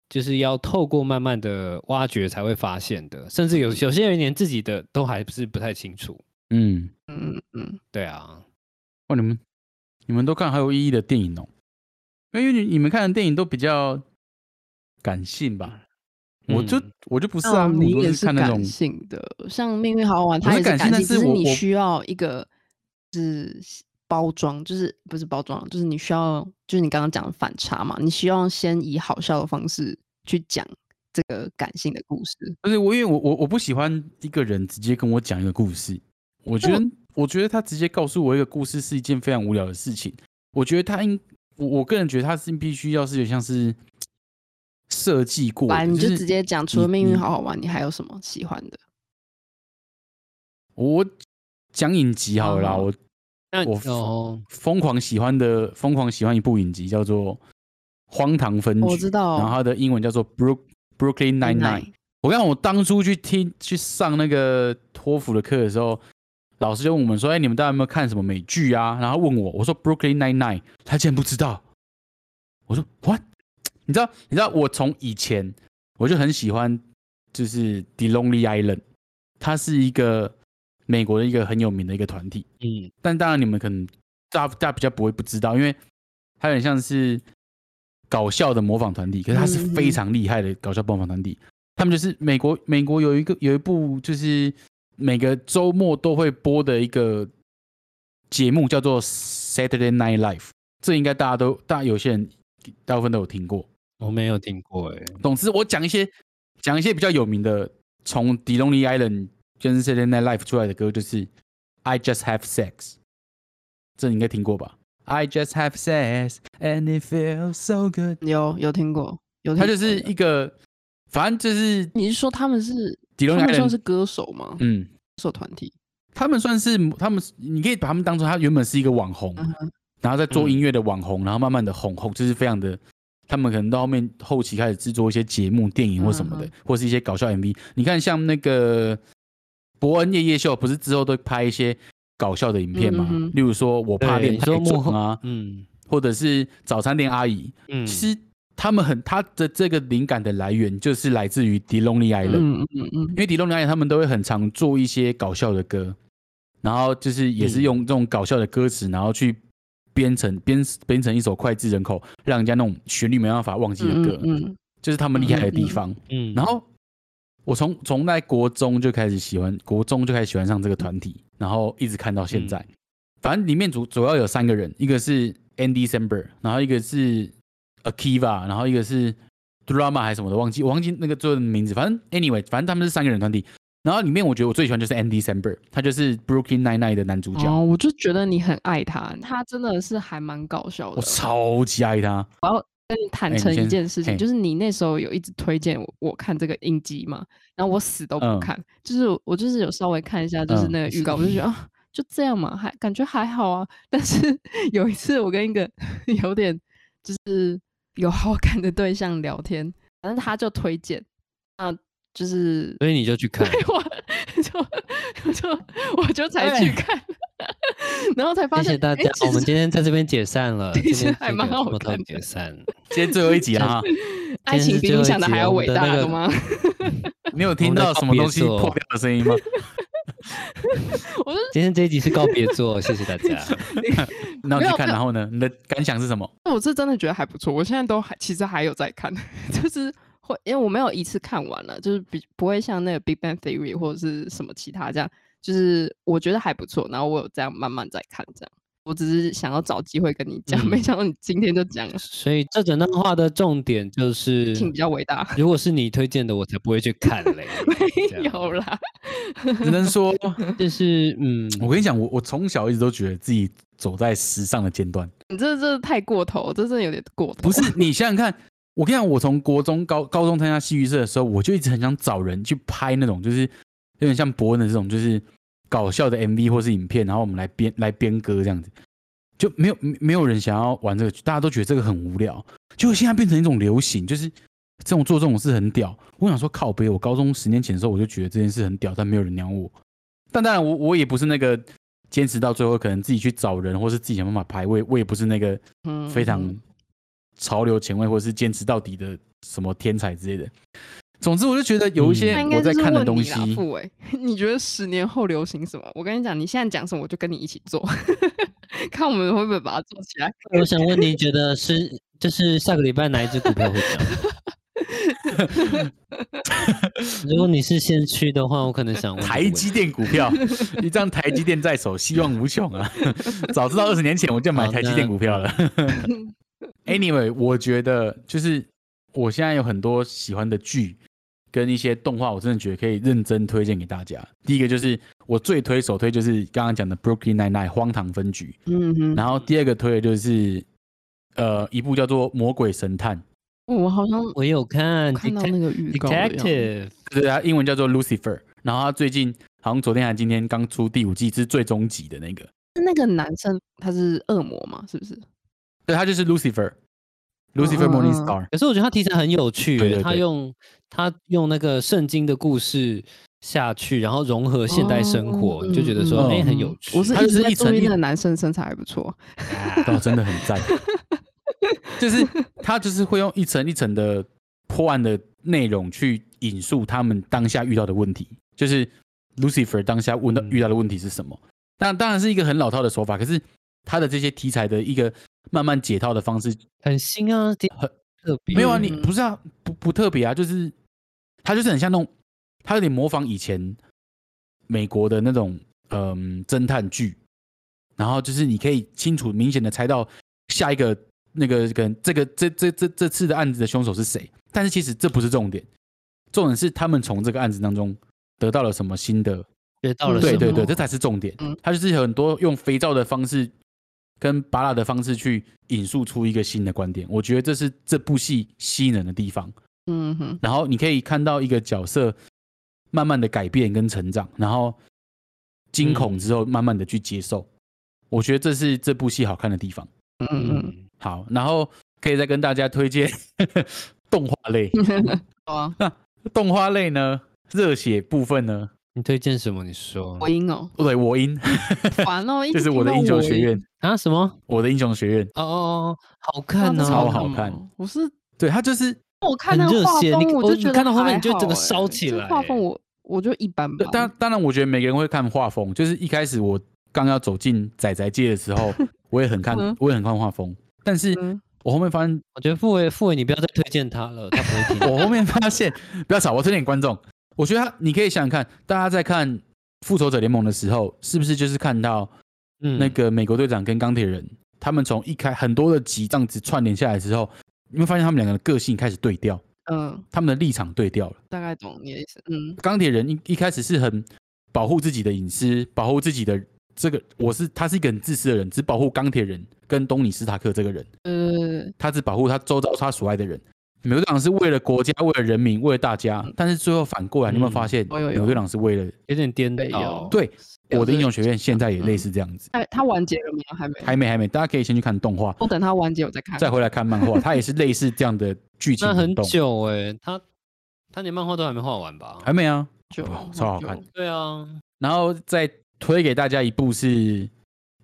S3: 就是要透过慢慢的挖掘才会发现的，甚
S2: 嗯
S3: 至有有些人连自己的都还是不太清楚。
S1: 嗯，
S2: 嗯嗯，
S3: 对啊，
S1: 哇，你们你们都看好有意义的电影哦，因为你你们看的电影都比较感性吧？我就
S3: 嗯
S1: 我就不是
S2: 哦
S1: 啊，
S2: 你
S1: 我
S2: 也
S1: 都
S2: 是
S1: 看那
S2: 感
S1: 种
S2: 性的，像《命运好好玩》，
S1: 我
S2: 它
S1: 是
S2: 也
S1: 感性
S2: 感
S1: 但
S2: 性，只
S1: 是
S2: 是
S1: 我
S2: 你
S1: 我
S2: 需要一个是包装，就是不是包装，就是你需要，就是你刚刚讲的反差嘛，你希望先以好笑的方式去讲这个感性的故事。
S1: 而且我因为我我我不喜欢一个人直接跟我讲一个故事，我觉得我觉得他直接告诉我一个故事是一件非常无聊的事情。我觉得他应我我个人觉得他是必须要是有像是设计过的，
S2: 反正你
S1: 就
S2: 就是直接讲，除了《
S1: 你
S2: 命
S1: 你
S2: 运好好玩》，你还有什么喜欢的？
S1: 我讲影集好了啦，
S2: 哦
S1: 我
S3: 那
S1: 我
S3: 哦，
S1: 疯狂喜欢的疯狂喜欢一部影集叫做《荒唐分局》，
S2: 哦我知道
S1: 然后它的英文叫做 Brook Brooklyn Nine Nine。我看我当初去听去上那个托福的课的时候，老师就问我们说：“哎、你们大家有没有看什么美剧啊？”然后问我，我说：“Brooklyn Nine Nine。”他竟然不知道。我说：“What？” 你知道？你知道我从以前我就很喜欢，就是《The Lonely Island》，它是一个美国的一个很有名的一个团体。
S3: 嗯，
S1: 但当然你们可能大大家比较不会不知道，因为它有点像是搞笑的模仿团体，可是它是
S2: 嗯嗯
S1: 非常厉害的搞笑模仿团体。他们就是美国美国有一个有一部就是每个周末都会播的一个节目叫做《Saturday Night Live》，这应该大家都大家有些人大部分都有听过。
S3: 我没有听过
S2: 欸
S3: 哎、
S1: 总之，我讲一些讲一些比较有名的，从《The Lonely Island》跟《Saturday Night Live》出来的歌，就是《I Just Have Sex》，这你应该听过吧？I just have sex and it feels so good。
S2: 有有听过，有听
S1: 它
S2: 过。
S1: 就是一个，反正就是《
S2: 你是说他们是
S1: The
S2: 他
S1: Lonely
S2: 们
S1: Island
S2: 算》是歌手吗？歌
S1: 嗯，
S2: 手团体，
S1: 他们算是他们，你可以把他们当做他原本是一个网红，
S2: 嗯哼
S1: 然后在做
S3: 嗯
S1: 音乐的网红，然后慢慢的红红，就是非常的，他们可能到后面后期开始制作一些节目、电影或什么的，
S2: 嗯
S1: 或是一些搞笑 MV。你看，像那个伯恩夜夜秀，不是之后都拍一些搞笑的影片吗？
S2: 嗯嗯嗯
S1: 例如说我怕
S3: 对
S1: 练
S3: 你
S1: 太
S3: 说幕
S1: 重
S3: 后
S1: 啊，
S3: 嗯
S1: 或者是早餐店阿姨。
S3: 嗯，
S1: 其实他们很他的这个灵感的来源就是来自于《迪隆尼爱人》。
S2: 嗯嗯嗯
S1: 因为迪隆尼爱他们都会很常做一些搞笑的歌，然后就是也是
S3: 嗯
S1: 用这种搞笑的歌词，然后去编成编编成一首脍炙人口，让人家那种旋律没办法忘记的
S2: 嗯
S1: 歌，
S2: 嗯嗯，
S1: 就是他们厉害的地
S2: 嗯嗯嗯
S1: 方。
S3: 嗯，
S1: 然后我从从在国中就开始喜欢，国中就开始喜欢上这个团体，然后一直看到现在。反正里面主主要有三个人，一个是 Andy Samberg，然后一个是 Akiva，然后一个是 Drama 还是什么的，忘记我忘记那个最后的名字。反正 anyway，反正他们是三个人团体。然后里面我觉得我最喜欢就是 Andy Samberg，他就是 Brooklyn Nine Nine 的男主角，
S2: 哦，我就觉得你很爱他，他真的是还蛮搞笑的。
S1: 我超级爱他。
S2: 跟你坦
S1: 哎你
S2: 诚一
S1: 先
S2: 件事情，
S1: 嘿
S2: 就是你那时候有一直推荐我我看这个影集嘛，然后我死都不
S1: 嗯
S2: 看，就是我就是有稍微看一下，就是
S1: 嗯
S2: 那个预告，我就觉得啊，就这样嘛，还感觉还好啊。但是 [LAUGHS] 有一次我跟一个 [LAUGHS] 有点就是有好感的对象聊天，反正他就推荐，啊，就是
S3: 所以你就去看，
S2: 对 [LAUGHS] 我就我就我就才去
S3: 对
S2: 看， [LAUGHS] 然后才发
S3: 谢
S2: 现
S3: 谢大
S2: 诶
S3: 家，
S2: 其
S3: 我们
S2: 实
S3: 今天在这边解散了，
S2: [LAUGHS] 其
S3: 今
S2: 实
S3: 天
S2: 还
S3: 这
S2: 蛮
S3: 个
S2: 好
S3: 节目到
S2: 看
S3: 解散。
S1: 今天最后一集啊啦，
S2: 爱情比你想的还要伟大
S3: 今天是最后一集我
S2: 了
S3: 们的 [LAUGHS]
S2: 吗？
S1: 你有听到什么东西
S2: 哦
S1: 破掉的声
S2: [LAUGHS]
S1: 音吗？
S2: 我就
S3: 今天这一集是告别作，谢谢大家。
S1: 然后你去
S2: 没有
S1: 看，
S2: 没有
S1: 然后呢，你的感想是什么？
S2: 我是真的觉得还不错，我现在都还其实还有在看， [LAUGHS] 就是会因为我没有一次看完了，就是比不会像那个 Big Bang Theory 或者是什么其他这样，就是我觉得还不错，然后我有这样慢慢在看这样。我只是想要找机会跟你讲，没
S3: 嗯
S2: 想到你今天就讲了，
S3: 所以这整段话的重点就是，
S2: 挺 [LAUGHS] 比较伟大，。
S3: 如果是你推荐的，我才不会去看嘞
S2: [LAUGHS] 没
S3: 这样
S2: 有，啦，
S1: 只能说，
S3: 就是嗯，
S1: 我跟你讲，我我从小一直都觉得自己走在时尚的尖端。
S2: 你这这太过头，这真的有点过头。
S1: 不是，你想想看，我跟你讲，我从国中、高高中参加戏剧社的时候，我就一直很想找人去拍那种，就是有点像伯恩的这种，就是搞笑的 MV 或是影片，然后我们来编来编歌这样子，就没有没没有人想要玩这个，大家都觉得这个很无聊，结果现在变成一种流行，就是。这种做这种事很屌，我想说靠背，我高中十年前的时候我就觉得这件事很屌，但没有人鸟我。但当然我，我也不是那个坚持到最后，可能自己去找人，或是自己想办法排位，我也不是那个
S2: 嗯
S1: 非常
S2: 嗯
S1: 潮流前卫或者是坚持到底的什么天才之类的。总之，我就
S2: 嗯
S1: 觉得有一些
S2: 那应该
S1: 我在
S2: 就是
S1: 看的
S2: 问
S1: 东
S2: 你
S1: 西，
S2: 啦，傅伟， [LAUGHS] 你觉得十年后流行什么？我跟你讲，你现在讲什么，我就跟你一起做， [LAUGHS] 看我们会不会把它做起来。
S3: 我想问你觉得是就是下个礼拜哪一只股票会涨？ [LAUGHS] 如果你是先驱的话，我可能想问这个
S1: 台
S3: 问
S1: 积电股
S2: [LAUGHS]
S1: 票，一张台积电在手，希望无穷啊！ [LAUGHS] 早知道二十年前我就买
S3: 好
S1: 台积电股票
S2: [LAUGHS]
S1: 了。anyway，我觉得就是我现在有很多喜欢的剧跟一些动画，我真的觉得可以认真推荐给大家。第一个就是我最推首推就是刚刚讲的《Brooklyn Nine Nine》荒唐分局，
S2: 嗯哼，
S1: 然后第二个推的就是呃一部叫做《魔鬼神探》，
S2: 哦我好像
S3: 我有看
S2: 看到那个预告的样
S3: 嗯
S2: 子
S3: detective，
S1: 对，它英文叫做 Lucifer。然后它最近好像昨天还今天刚出第五季，是最终集的那个。
S2: 是那个男生他是恶魔嘛？是不是？
S1: 对，它就是 Lucifer。Lucifer
S2: 嗯
S1: Morning
S2: 嗯
S1: Star，
S3: 可是我觉得他题材很有趣
S1: 对
S3: 耶，
S1: 对
S3: 他
S1: 对
S3: 用他用那个圣经的故事下去，然后融合现代生活，
S2: 哦
S3: 你就觉得说
S1: 嗯
S3: 哎、
S1: 嗯
S3: 很有趣。
S2: 我是
S1: 他
S2: 一
S1: 就是
S2: 直在
S1: 一
S2: 注
S1: 层
S2: 意
S1: 一
S2: 那个男生身材还不错。
S1: 哦，真的很赞。 [LAUGHS] 就是他就是会用一层一层的破案的内容去引述他们当下遇到的问题，就是 Lucifer 当下问到
S3: 嗯
S1: 遇到的问题是什么。那当然是一个很老套的手法，可是他的这些题材的一个慢慢解套的方式，
S3: 很新啊，
S1: 很
S3: 很特别。
S1: 没有啊，
S2: 嗯
S1: 你不是啊，不不特别啊，就是他就是很像那种，他有点模仿以前美国的那种嗯侦探剧，然后就是你可以清楚明显的猜到下一个那个跟这个这这这这次的案子的凶手是谁，但是其实这不是重点，重点是他们从这个案子当中得到了什么新的
S3: 学到了
S1: 嗯
S2: 为
S1: 对
S3: 什
S1: 对
S3: 么？
S1: 对，这才是重点
S2: 嗯。
S1: 他就是有很多用肥皂的方式跟拔蜡的方式去引述出一个新的观点，我觉得这是这部戏吸引人的地方。
S2: 嗯哼，
S1: 然后你可以看到一个角色慢慢的改变跟成长，然后惊恐
S2: 嗯
S1: 之后慢慢的去接受，我觉得这是这部戏好看的地方。
S2: 嗯
S3: 嗯，
S1: 好，然后可以再跟大家推荐 [LAUGHS] 动画类，
S2: 嗯，好啊，
S1: 动画类呢热血部分呢，
S3: 你推荐什么？你说
S2: 我音哦，
S1: 不对，我音
S2: 烦哦，一
S1: 就
S2: 直
S1: 是我的
S2: 听到
S1: 英雄学
S2: 音
S1: 院，
S3: 啊？什么？
S1: 我的英雄学院。
S3: 哦哦哦，好
S2: 不知道
S3: 看
S2: 这
S3: 哦，
S2: 是
S1: 超
S2: 干
S1: 好
S2: 嘛
S1: 看
S2: 哦我是
S1: 对他就是
S2: 我看
S3: 很
S2: 那个
S3: 热
S2: 画
S3: 血
S2: 风，
S3: 你
S2: 我
S3: 我
S2: 就
S3: 你
S2: 觉得
S3: 看到后面
S2: 还
S3: 你就整个
S2: 好
S3: 烧
S2: 欸
S3: 起
S2: 这
S3: 来
S2: 画
S3: 欸
S2: 风我我就一般
S1: 对
S2: 般。
S1: 当当然，我觉得每个人会看画风。就是一开始我刚要走进仔仔界的时
S2: [LAUGHS]
S1: 候，我也很看
S2: 嗯，
S1: 我也很看画风。但是
S2: 嗯
S1: 我后面发现，
S3: 我觉得傅伟，傅伟，你不要再推荐他了，他不会听。
S1: [LAUGHS] 我后面发现，不要吵，我推荐给观众。我觉得他，你可以想想看，大家在看《复仇者联盟》的时候，是不是就是看到
S3: 嗯
S1: 那个美国队长跟钢铁人，他们从一开很多的集这样子串联下来之后，你会发现他们两个的个性开始对调，
S2: 嗯，
S1: 他们的立场对调了。
S2: 大概懂你的意思。嗯
S1: 钢铁人一一开始是很保护自己的隐私，保护自己的这个，我是他是一个很自私的人，只保护钢铁人跟东尼斯塔克这个人，
S2: 呃，
S1: 他只保护他周遭他所爱的人。美国队长是为了国家、为了人民、为了大家，但是最后反过来，你有没有发现，
S2: 嗯有有有
S1: 美国队长是为了
S3: 有点颠
S2: 对有
S3: 倒。
S1: 对
S2: 有
S1: 我的
S2: 这
S1: 英雄学院现在也类似这样子？
S2: 哎，他完结了吗？还没，
S1: 还没，还没，大家可以先去看动画，
S2: 我等他完结我再看。
S1: 再回来看漫画，它也是类似这样的剧情
S3: 那很
S1: 活动，
S3: 久哎、他他连漫画都还没画完吧？
S1: 还没啊。
S2: 就
S1: 哦超好看
S2: 就
S3: 对啊，
S1: 然后再推给大家一部是，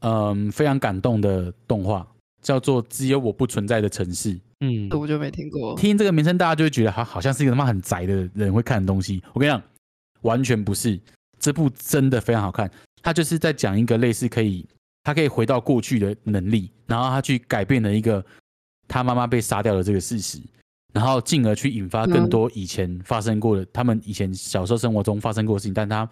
S1: 嗯，非常感动的动画，叫做《只有我不存在的城市》。
S3: 嗯
S2: 这，我就没听过。
S1: 听这个名称，大家就会觉得好，好像是一个他妈很宅的人会看的东西。我跟你讲，完全不是。这部真的非常好看，它就是在讲一个类似可以，他可以回到过去的能力，然后他去改变了一个他妈妈被杀掉的这个事实，然后进而去引发更多以前发生过的，他们以前小时候生活中发生过的事情，但他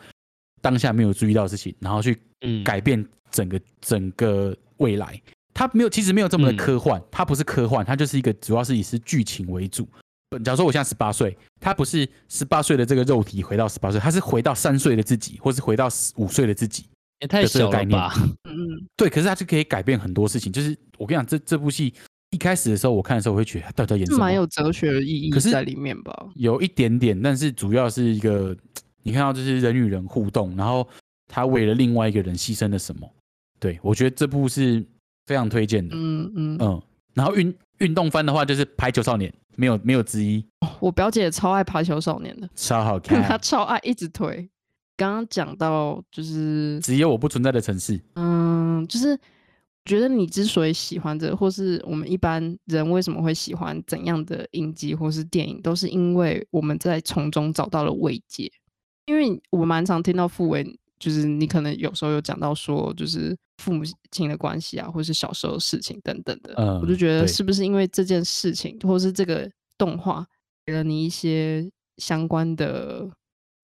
S1: 当下没有注意到的事情，然后去
S3: 嗯
S1: 改变整个整个未来。它没有，其实没有这么的
S3: 嗯
S1: 科幻，它不是科幻，它就是一个主要是以是剧情为主。本假如说我现在十八岁，它不是十八岁的这个肉体回到十八岁，它是回到三岁的自己，或是回到五岁的自己。
S3: 也太
S1: 有这个
S3: 小
S1: 概
S3: 了
S1: 念
S3: 吧？
S2: 嗯嗯，
S1: 对，可是它就可以改变很多事情。就是我跟你讲，这这部戏一开始的时候，我看的时候，我会觉得它到底在演什
S2: 是蛮
S1: 么？
S2: 有哲学的意义
S1: 可是
S2: 在里面吧？
S1: 有一点点，但是主要是一个，你看到就是人与人互动，然后他为了另外一个人牺牲了什么？对我觉得这部是非常推荐的。
S2: 嗯嗯，
S1: 嗯，然后运运动番的话就是《排球少年》，没有没有之一，
S2: 我表姐超爱排球少年的，
S1: 超好
S2: 她 [LAUGHS]
S1: 看。
S2: 超爱一直推。刚刚讲到就是
S1: 只有我不存在的城市，
S2: 嗯，就是觉得你之所以喜欢这个，或是我们一般人为什么会喜欢怎样的影集或是电影，都是因为我们在从中找到了慰藉。因为我蛮常听到父为，就是你可能有时候有讲到说，就是父母亲的关系啊，或是小时候的事情等等的，我就
S1: 嗯
S2: 觉得
S1: 对
S2: 是不是因为这件事情，或是这个动画给了你一些相关的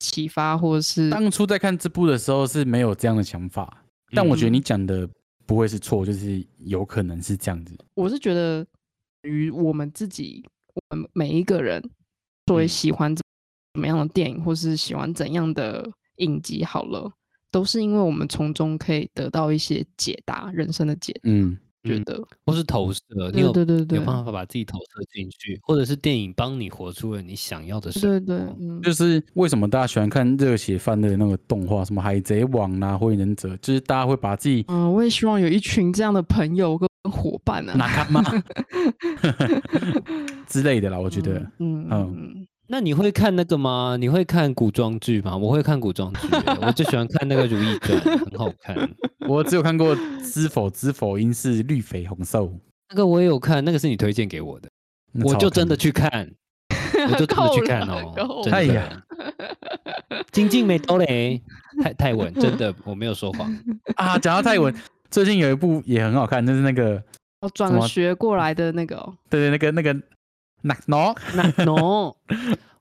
S2: 启发，或者是
S1: 当初在看这部的时候是没有这样的想法，
S3: 嗯
S1: 但我觉得你讲的不会是错，就是有可能是这样子。
S2: 我是觉得，于我们自己，我们每一个人，作为
S1: 嗯
S2: 喜欢怎怎么样的电影，或是喜欢怎样的影集，好了，都是因为我们从中可以得到一些解答，人生的解答。
S1: 嗯，
S2: 觉
S3: 嗯
S2: 得，
S3: 或是投射，你
S2: 对
S3: 有
S2: 对对对
S3: 有办法把自己投射进去，或者是电影帮你活出了你想要的生
S2: 对对，嗯，
S1: 就是为什么大家喜欢看热血番的那个动画，什么《海贼王》啊，《火影忍者》，就是大家会把自己
S2: 嗯，我也希望有一群这样的朋友跟伙伴啊，
S1: 拿干嘛之类的啦。我觉得，
S2: 嗯，嗯
S1: 嗯
S2: 嗯
S3: 那你会看那个吗？你会看古装剧吗？我会看古装剧欸、
S1: [LAUGHS]
S3: 我最喜欢看那个《如懿传》，很好看。
S1: 我只有看过《知否知否应是绿肥红瘦》
S3: 那个我也有看，那个是你推荐给我的，
S1: 那超好看，
S3: 我就真的去看，我就真的去
S2: 够
S3: 看
S2: 了
S3: 哦
S2: [LAUGHS] 够。
S3: 真的
S1: 哎呀，
S3: 金靖美都蕾，泰泰
S1: [LAUGHS]
S3: 文真的我没有说谎。
S1: 啊，讲到泰文，最近有一部也很好看，就是那个
S2: 我转
S1: 怎
S2: 了
S1: 么
S2: 学过来的那个哦， [LAUGHS]
S1: 对对，那个那个那喏，
S3: 那 no，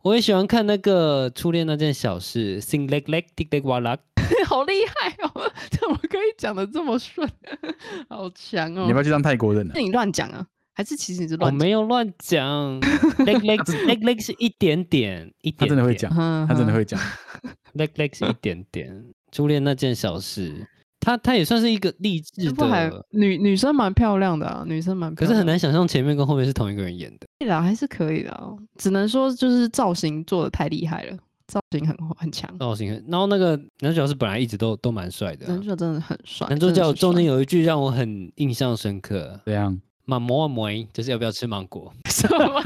S3: 我也喜欢看那个《初恋那件小事》，Sing leg leg dig dig wa la。
S2: 好厉害哦！怎么可以讲的这么顺？ [LAUGHS] 好强哦！
S1: 你要不要去当泰国人呢、
S2: 那你乱讲啊？还是其实你是
S3: 我
S2: 乱讲？
S3: 哦没有乱讲，leg
S1: [LAUGHS]
S3: leg leg leg 是一点点，一点
S1: 他真的会
S3: 点
S1: 讲，
S2: 他
S1: 他真的会讲。
S3: leg leg 是一
S2: [LAUGHS]
S3: 点点。初恋那件小事，它它也算是一个励志
S2: 这不还
S3: 的，
S2: 女女生蛮漂亮的啊，女生蛮漂
S3: 可
S2: 亮
S3: 是
S2: 的，
S3: 很难想象前面跟后面是同一个人演的。
S2: 对啦，还是可以的啊、只能说就是造型做的太厉害了，造型很很强，
S3: 造型很，然后那个男主角是本来一直都都蛮帅的啊、
S2: 男主角真的很帅，
S3: 男主
S2: 真的
S3: 角
S2: 是
S3: 中
S2: 帅
S3: 间有一句让我很印象深刻，
S1: 怎样？
S3: 马摩阿摩，就是要不要吃芒
S2: [LAUGHS]
S3: 果？
S2: 什么？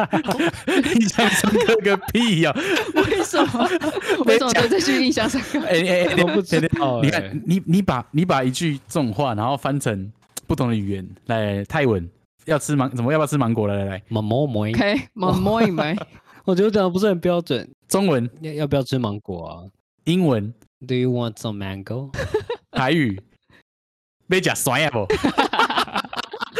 S1: 印象深刻个屁呀、
S2: [LAUGHS] 为
S3: [LAUGHS]
S2: 什么？为什么对这句印象深刻？
S1: [LAUGHS] 哎哎哎，
S3: 我不知道
S1: 你
S3: 欸
S1: 看，你你把你把一句这种话，然后翻成不同的语言，来来泰文，要吃芒，怎么要不要吃芒果？来来来，
S3: 马摩阿摩， [LAUGHS]
S2: OK，摸
S3: 哦
S2: 摸一摸，
S3: 啊我觉得讲的不是很标准，
S1: 中文、
S3: 要要不要吃芒果啊
S1: 英文、
S3: ？Do you want some
S2: [LAUGHS]
S3: mango？
S1: 台语，被假酸呀不？ [LAUGHS]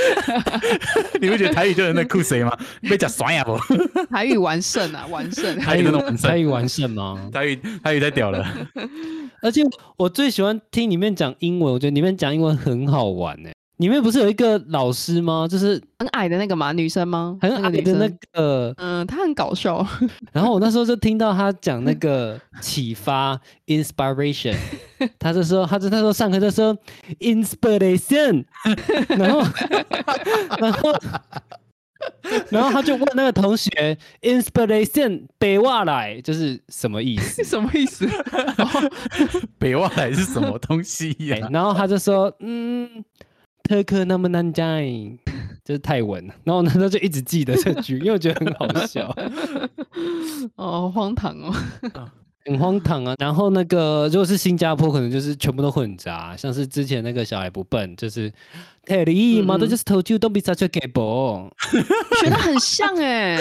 S1: 你会觉得台语就是那酷谁吗？被假酸呀不？
S2: 台语完胜啊，完胜！
S1: 台语真的完
S3: 台
S1: 胜，
S3: 语完胜吗？
S1: 台语台语太屌了。
S3: 而且我最喜欢听里面讲英文，我觉得里面讲英文很好玩呢、里面不是有一个老师吗？就是
S2: 很矮的那个嘛，女生吗？
S3: 很
S2: 那
S3: 矮
S2: 个女
S3: 的那
S2: 生
S3: 个，
S2: 嗯，她很搞笑，
S3: 然后我那时候就听到他讲那个启发
S2: [LAUGHS]
S3: （inspiration），他就说，他就他说上课就说 [LAUGHS] inspiration，然后然后然后他就问那个同学 “inspiration 北瓦来”就是什么意思
S2: [LAUGHS] 是？什么意
S3: [LAUGHS]
S2: 思？哦
S1: 北外来是什么东西
S3: 哎
S1: 呀、
S3: 然后他就说：“嗯，特克那么难讲，就是泰文。”然后呢，他就一直记得这句，因为我觉得很好笑，
S2: 哦，好荒唐哦。
S3: [LAUGHS] 很荒唐啊。然后那个如果是新加坡，可能就是全部都混杂，像是之前那个小孩不笨，就是泰利嘛，
S2: 嗯
S3: 都
S2: 嗯
S3: 就是头就都比他去给博，
S2: 学的很像哎、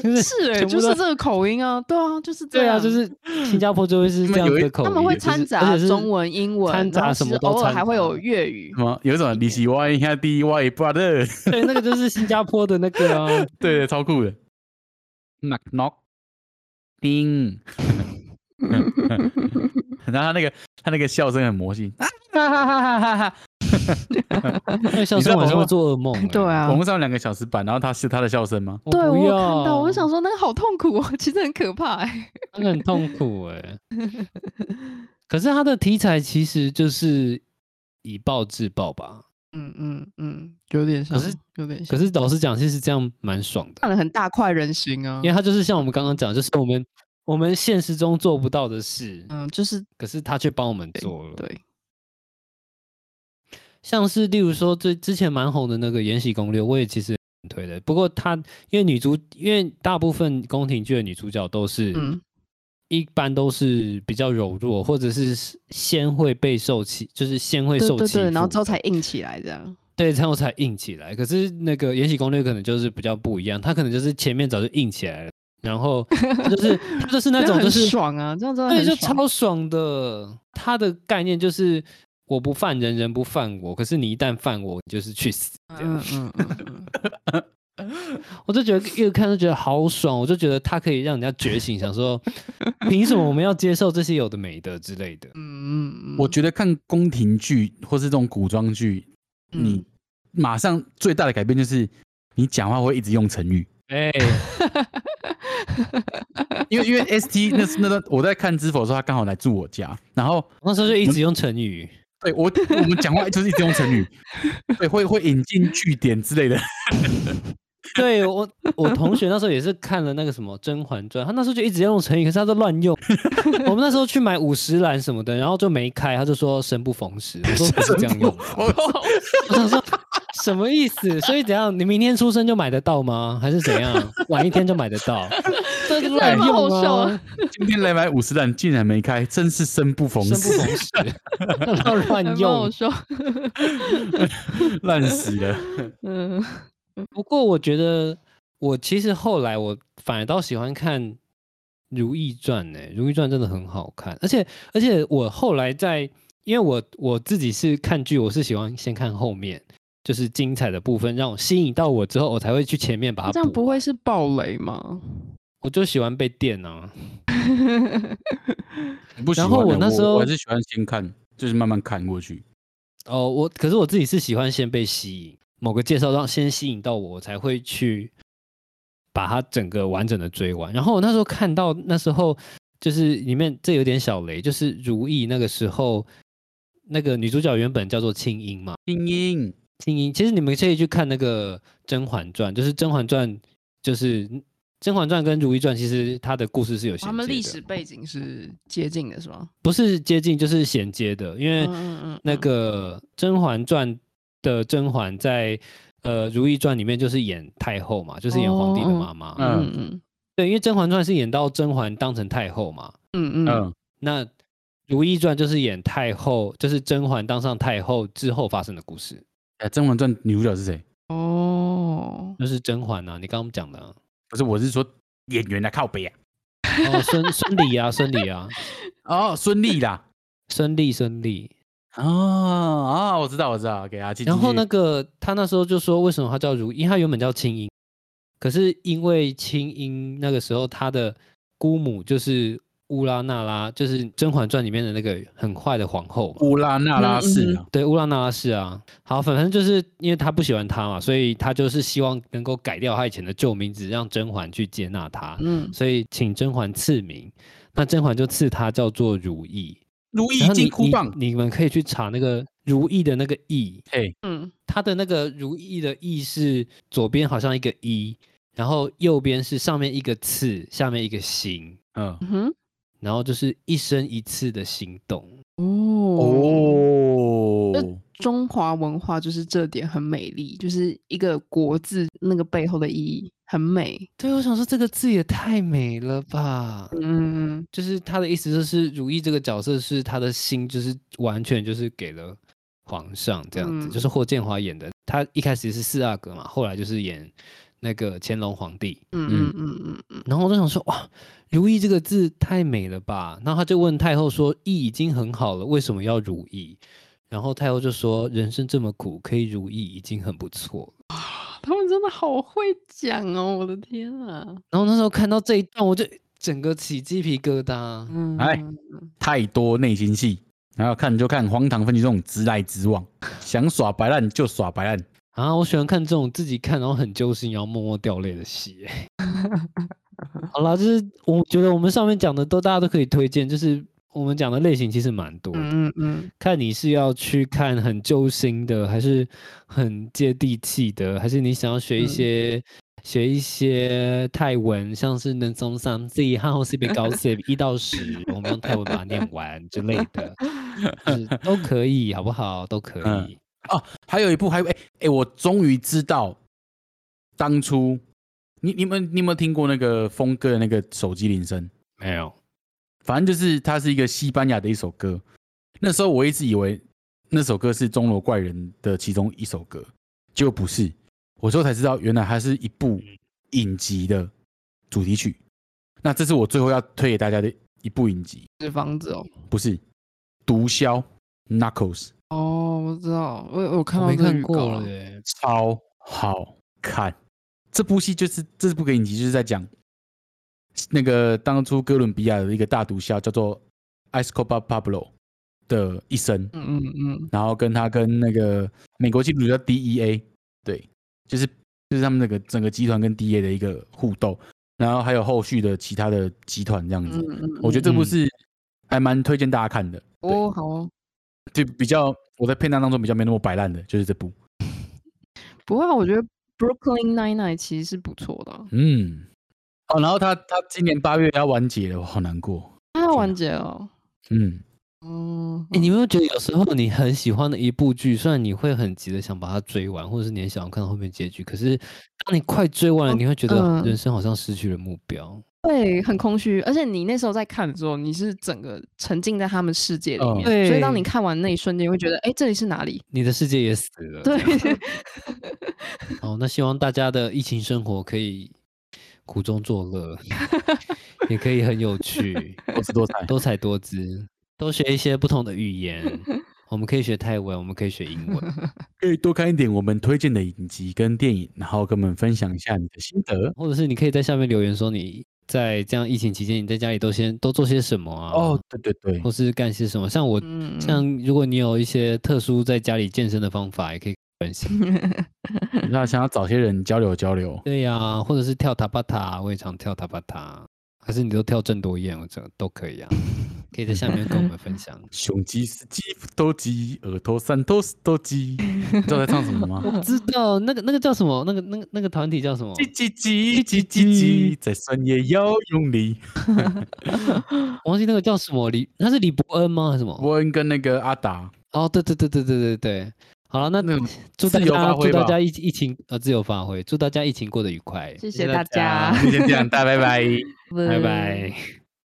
S3: 就是
S2: 是哎、
S3: 全部
S2: 就
S3: 都
S2: 是这个口音啊，对啊，就是这
S3: 对
S2: 样，
S3: 啊，就是新加坡就会是
S1: 他们
S3: 这样
S1: 有
S3: 子
S1: 一
S3: 的口音，
S2: 他们会
S3: 就是
S2: 掺
S3: 而
S2: 杂
S3: 且是
S2: 中文、英文，
S3: 掺
S2: 然后
S3: 杂
S2: 其
S3: 什么
S2: 实
S3: 都
S2: 偶尔
S3: 掺
S2: 还会有
S3: 杂
S2: 粤语
S1: 什。么有一种你是我一下第一外 [LAUGHS] brother，
S3: [LAUGHS] 对，那个就是新加坡的那个啊，
S1: 对，超酷的。knock knock，叮。 [LAUGHS] 然后他那个他那个笑声很魔 [LAUGHS] 性，
S3: 那小
S1: 你
S3: 时
S1: 在
S3: 候晚
S1: 网
S3: 上会
S1: 络
S3: 做噩梦、欸。
S2: [LAUGHS] 对，啊
S1: 网，络上有两个小时版，然后他是他的笑声吗？
S3: 我
S2: 对
S3: 不
S2: 我有看到，
S3: 要
S2: 我就想说那个好痛苦哦，其实很可怕哎、
S3: 那个很痛苦哎、可是它的题材其实就是以暴制暴吧？
S2: [LAUGHS] 嗯嗯嗯，有点像，
S3: 是
S2: 有点
S3: 可
S2: 像，
S3: 是老实讲，其实这样蛮爽的，
S2: 看了很大快人心啊
S3: 因为。它就是像我们刚刚讲，就是我们我们现实中做不到的事，
S2: 嗯，就是
S3: 可是他却帮我们做了。
S2: 对，
S3: 像是例如说最之前蛮红的那个《延禧攻略》，我也其实很推的。不过它因为女主，因为大部分宫廷剧的女主角都是、
S2: 嗯
S3: 一般都是比较柔弱，或者是是先会被受欺，就是先会
S2: 对
S3: 受
S2: 对
S3: 欺负，
S2: 对，然后之后才硬起来这样。
S3: 对，然后才硬起来。可是那个《延禧攻略》可能就是比较不一样，它可能就是前面早就硬起来了，然后它就是它就是那
S2: [LAUGHS] 这
S3: 种
S2: 样很
S3: 就是
S2: 爽啊，这样真的
S3: 对，
S2: 很
S3: 就
S2: 爽
S3: 超爽的。它的概念就是我不犯人，人不犯我，可是你一旦犯我，你就是去死。这样
S2: 嗯嗯嗯嗯，
S3: 我就觉得越看就觉得好爽，我就觉得它可以让人家觉醒，想
S2: [LAUGHS]
S3: 说凭什么我们要接受这些有的没的之
S2: [LAUGHS]
S3: 类的。
S2: 嗯嗯，
S1: 我觉得看宫廷剧或是这种古装剧，
S2: 嗯
S1: 你马上最大的改变就是你讲话会一直用成语，
S3: 哎、
S1: 因为因为 S T 那是那段我在看《知否》的时候，他刚好来住我家，然后
S3: 那时候就一直用成语，
S1: 对我我们讲话就是一直用成语，对，会会引进据点之类的，，
S3: 对我我同学那时候也是看了那个什么《甄嬛传》，他那时候就一直用成语，可是他都乱
S2: [LAUGHS]
S3: 用。我们那时候去买五十兰什么的，然后就没开，他就说生不逢时，我说不是这样用
S1: 我
S3: 我想说什么意思？所以怎样？你明天出生就买得到吗？还是怎样？晚一天就买得
S2: [LAUGHS]
S3: 到？这个
S2: 还
S3: 乱
S2: 蛮好
S3: 用
S2: 笑
S3: 啊
S2: 啊！
S1: 今天来买五十兰竟然没开，真是生不逢
S3: 生不
S1: 时，
S3: 逢时， [LAUGHS] 然后
S2: 还
S3: 乱
S2: 蛮好
S3: 用。
S2: 笑。
S1: 烂死了。
S2: 嗯
S3: 不过我觉得，我其实后来我反而倒喜欢看《如懿传》呢，《如懿传》真的很好看，而且而且我后来在，因为我我自己是看剧，我是喜欢先看后面，就是精彩的部分让我吸引到我之后，我才会去前面把它
S2: 这样
S3: 补
S2: 不
S3: 完
S2: 会是暴雷吗？
S3: 我就喜欢被电啊。
S1: 你不喜欢
S3: 然后我
S1: 欸
S3: 那时候
S1: 我还是喜欢先看，就是慢慢看过去。
S3: 哦，我可是我自己是喜欢先被吸引，某个介绍让先吸引到我，我才会去把它整个完整的追完。然后我那时候看到那时候就是里面这有点小雷，就是如意那个时候那个女主角原本叫做庆英嘛，
S1: 精英
S3: 庆英其实你们可以去看那个《甄嬛传》，就是《甄嬛传》就是《甄嬛传》跟《如懿传》，其实它的故事是有衔接
S2: 他
S3: 的，
S2: 们历史背景是接近的，是吗？
S3: 不是接近就是衔接的，因为。
S2: 嗯嗯嗯，
S3: 那
S2: 嗯
S3: 个《甄嬛传》的甄嬛在呃《如懿传》里面就是演太后嘛，就是演皇帝的
S2: 哦
S3: 妈妈。
S1: 嗯
S2: 嗯嗯
S3: 对，因为《甄嬛传》是演到甄嬛当成太后嘛，
S2: 嗯嗯
S1: 嗯，
S3: 那《如懿传》就是演太后，就是甄嬛当上太后之后发生的故事，
S1: 哎，《甄嬛传》女主角是谁？
S2: 哦，
S3: 就是甄嬛啊，你刚刚讲的、啊，
S1: 不是，我是说演员啊，靠北啊。
S3: 哦，孙孙俪啊，孙俪啊，
S1: 哦，孙俪啦。
S3: 孙俪，孙俪。
S1: 哦哦，我知道，我知道，给阿七。
S3: 然后
S1: 继续
S3: 那？个他那时候就说，为什么他叫如因为他原本叫清音，可是因为清音那个时候他的姑母就是乌拉那拉，就是《甄嬛传》里面的那个很坏的皇后嘛。
S1: 乌拉那拉氏啊，
S3: 对，乌拉那拉是啊，好，反正就是因为他不喜欢他嘛，所以他就是希望能够改掉他以前的旧名字，让甄嬛去接纳他，
S2: 嗯，
S3: 所以请甄嬛赐名，那甄嬛就赐他叫做如意。
S1: 如
S3: 然
S1: 意
S3: 后你
S1: 金箍棒。
S3: 你，你们可以去查那个如意的那个意，
S1: 嘿，
S2: 嗯，
S3: 它的那个如意的意是左边好像一个一，然后右边是上面一个刺，下面一个心，
S1: 嗯，
S2: 嗯哼，
S3: 然后就是一生一次的行动。
S2: 哦，
S1: 哦，
S2: 中华文化就是这点很美丽，就是一个国字那个背后的意义很美。
S3: 对，我想说这个字也太美了吧！
S2: 嗯，
S3: 就是他的意思就是如意这个角色是他的心，就是完全就是给了皇上这样子，
S2: 嗯
S3: 就是霍建华演的。他一开始是四阿哥嘛，后来就是演那个乾隆皇帝。
S2: 嗯嗯嗯嗯
S3: 然后我就想说，哇，如意这个字太美了吧？然后他就问太后说，意已经很好了，为什么要如意？然后太后就说，人生这么苦，可以如意已经很不错了。
S2: 嗯，他们真的好会讲哦，我的天啊！
S3: 然后那时候看到这一段，我就整个起鸡皮疙瘩。
S2: 嗯，
S1: 哎太多内心戏，然后看就看荒唐分析这种直来直往，想耍白烂就耍白烂。
S3: 啊，我喜欢看这种自己看然后很揪心，然后默默掉泪的戏 [LAUGHS] 欸。好啦，就是我觉得我们上面讲的都大家都可以推荐，就是我们讲的类型其实蛮多的
S2: 嗯嗯嗯，
S3: 看你是要去看很揪心的，还是很接地气的，还是你想要学一
S2: 嗯
S3: 些、学一些泰文，像是能从三 Z 汉后 C 被高 C 一到十，我们用泰文把它念完之类的，就是都可以，好不好？都可
S1: 嗯
S3: 以。
S1: 还有一部还有哎哎、我终于知道当初你你们你有没有听过那个峰哥的那个手机铃声？
S3: 没有，
S1: 反正就是它是一个西班牙的一首歌。那时候我一直以为那首歌是《钟楼怪人》的其中一首歌，结果不是。我之后才知道，原来它是一部影集的主题曲。那这是我最后要推给大家的一部影集，
S2: 是房子哦。
S1: 不是《毒枭》（Knuckles），
S2: 哦，我知道，我我看
S3: 我
S2: 到
S3: 没
S2: 这个
S3: 看
S2: 预告
S3: 过
S2: 了
S3: 了耶。
S1: 超好看。这部戏就是这部影集就是在讲那个当初哥伦比亚的一个大毒枭叫做 Escobar Pablo 的一生。
S2: 嗯嗯嗯，
S1: 然后跟他跟那个美国缉毒叫 DEA，对，就是就是他们那个整个集团跟 DEA 的一个互斗，然后还有后续的其他的集团这样子。
S2: 嗯嗯
S1: 我觉得这部
S3: 嗯
S1: 是还蛮推荐大家看的，
S2: 嗯哦，好哦，
S1: 对，就比较我在片段当中比较没那么摆烂的，就是这部。
S2: 不过我觉得 Brooklyn Nine Nine 其实是不错的啊，
S1: 嗯，哦，然后他他今年八月要完结了，我好难过。
S2: 它
S1: 天
S2: 完
S1: 哪
S2: 结了哦。
S1: [LAUGHS] 嗯，
S2: 嗯，
S3: 欸你有没有觉得有时候你很喜欢的一部剧，虽然你会很急的想把它追完，或者是你很想要看到后面结局，可是当你快追完了，
S2: 哦
S3: 你会觉得
S2: 嗯
S3: 人生好像失去了目标。
S2: 对，很空虚，而且你那时候在看的时候，你是整个沉浸在他们世界里
S1: 嗯
S2: 面，所以当
S3: 对
S2: 你看完那一瞬间，你会觉得，哎，这里是哪里？
S3: 你的世界也死了。
S2: 对，
S3: 哦，那希望大家的疫情生活可以苦中作
S2: [LAUGHS]
S3: 乐，也可以很有趣，
S1: 多姿多彩。
S3: 多彩多姿，多学一些不同的语
S2: [LAUGHS]
S3: 言。我们可以学泰文，我们可以学英文，
S1: [LAUGHS] 可以多看一点我们推荐的影集跟电影，然后跟我们分享一下你的心得。
S3: 或者是你可以在下面留言说你在这样疫情期间你在家里都先都做些什么啊？
S1: 哦，对对 [LAUGHS] 对，
S3: 或是干些什么。像我，
S2: [LAUGHS] 嗯，
S3: 像如果你有一些特殊在家里健身的方法，也可以分享。
S1: 那想要找些人交流交 [LAUGHS] 流，
S3: 对呀、或者是跳塔巴塔，我也常跳塔巴塔，还是你都跳郑多燕，我这都可以啊。可以在下面跟我们分享。
S1: 雄鸡、是鸡、都鸡、耳朵三都是都 [LAUGHS] 鸡，你知道在唱什么吗？ [LAUGHS]
S3: 我知道那个那个叫什么，那个那个那个团体叫什么？
S1: 叽叽叽叽叽叽，再酸也要用力。
S3: 我忘记那个叫什么李，他是李伯恩吗？还是什么？
S1: 伯恩跟那个阿达，
S3: 哦，对对对对对对对。好了，那
S1: 那种
S3: 祝大
S1: 自由
S3: 家
S1: 发
S3: 祝
S1: 挥
S3: 大
S1: 吧
S3: 家疫疫情呃自由发挥，祝大家疫情过得愉快。
S2: 谢谢
S3: 大
S2: 大家
S1: 那就这样，大家拜拜。
S3: 拜拜。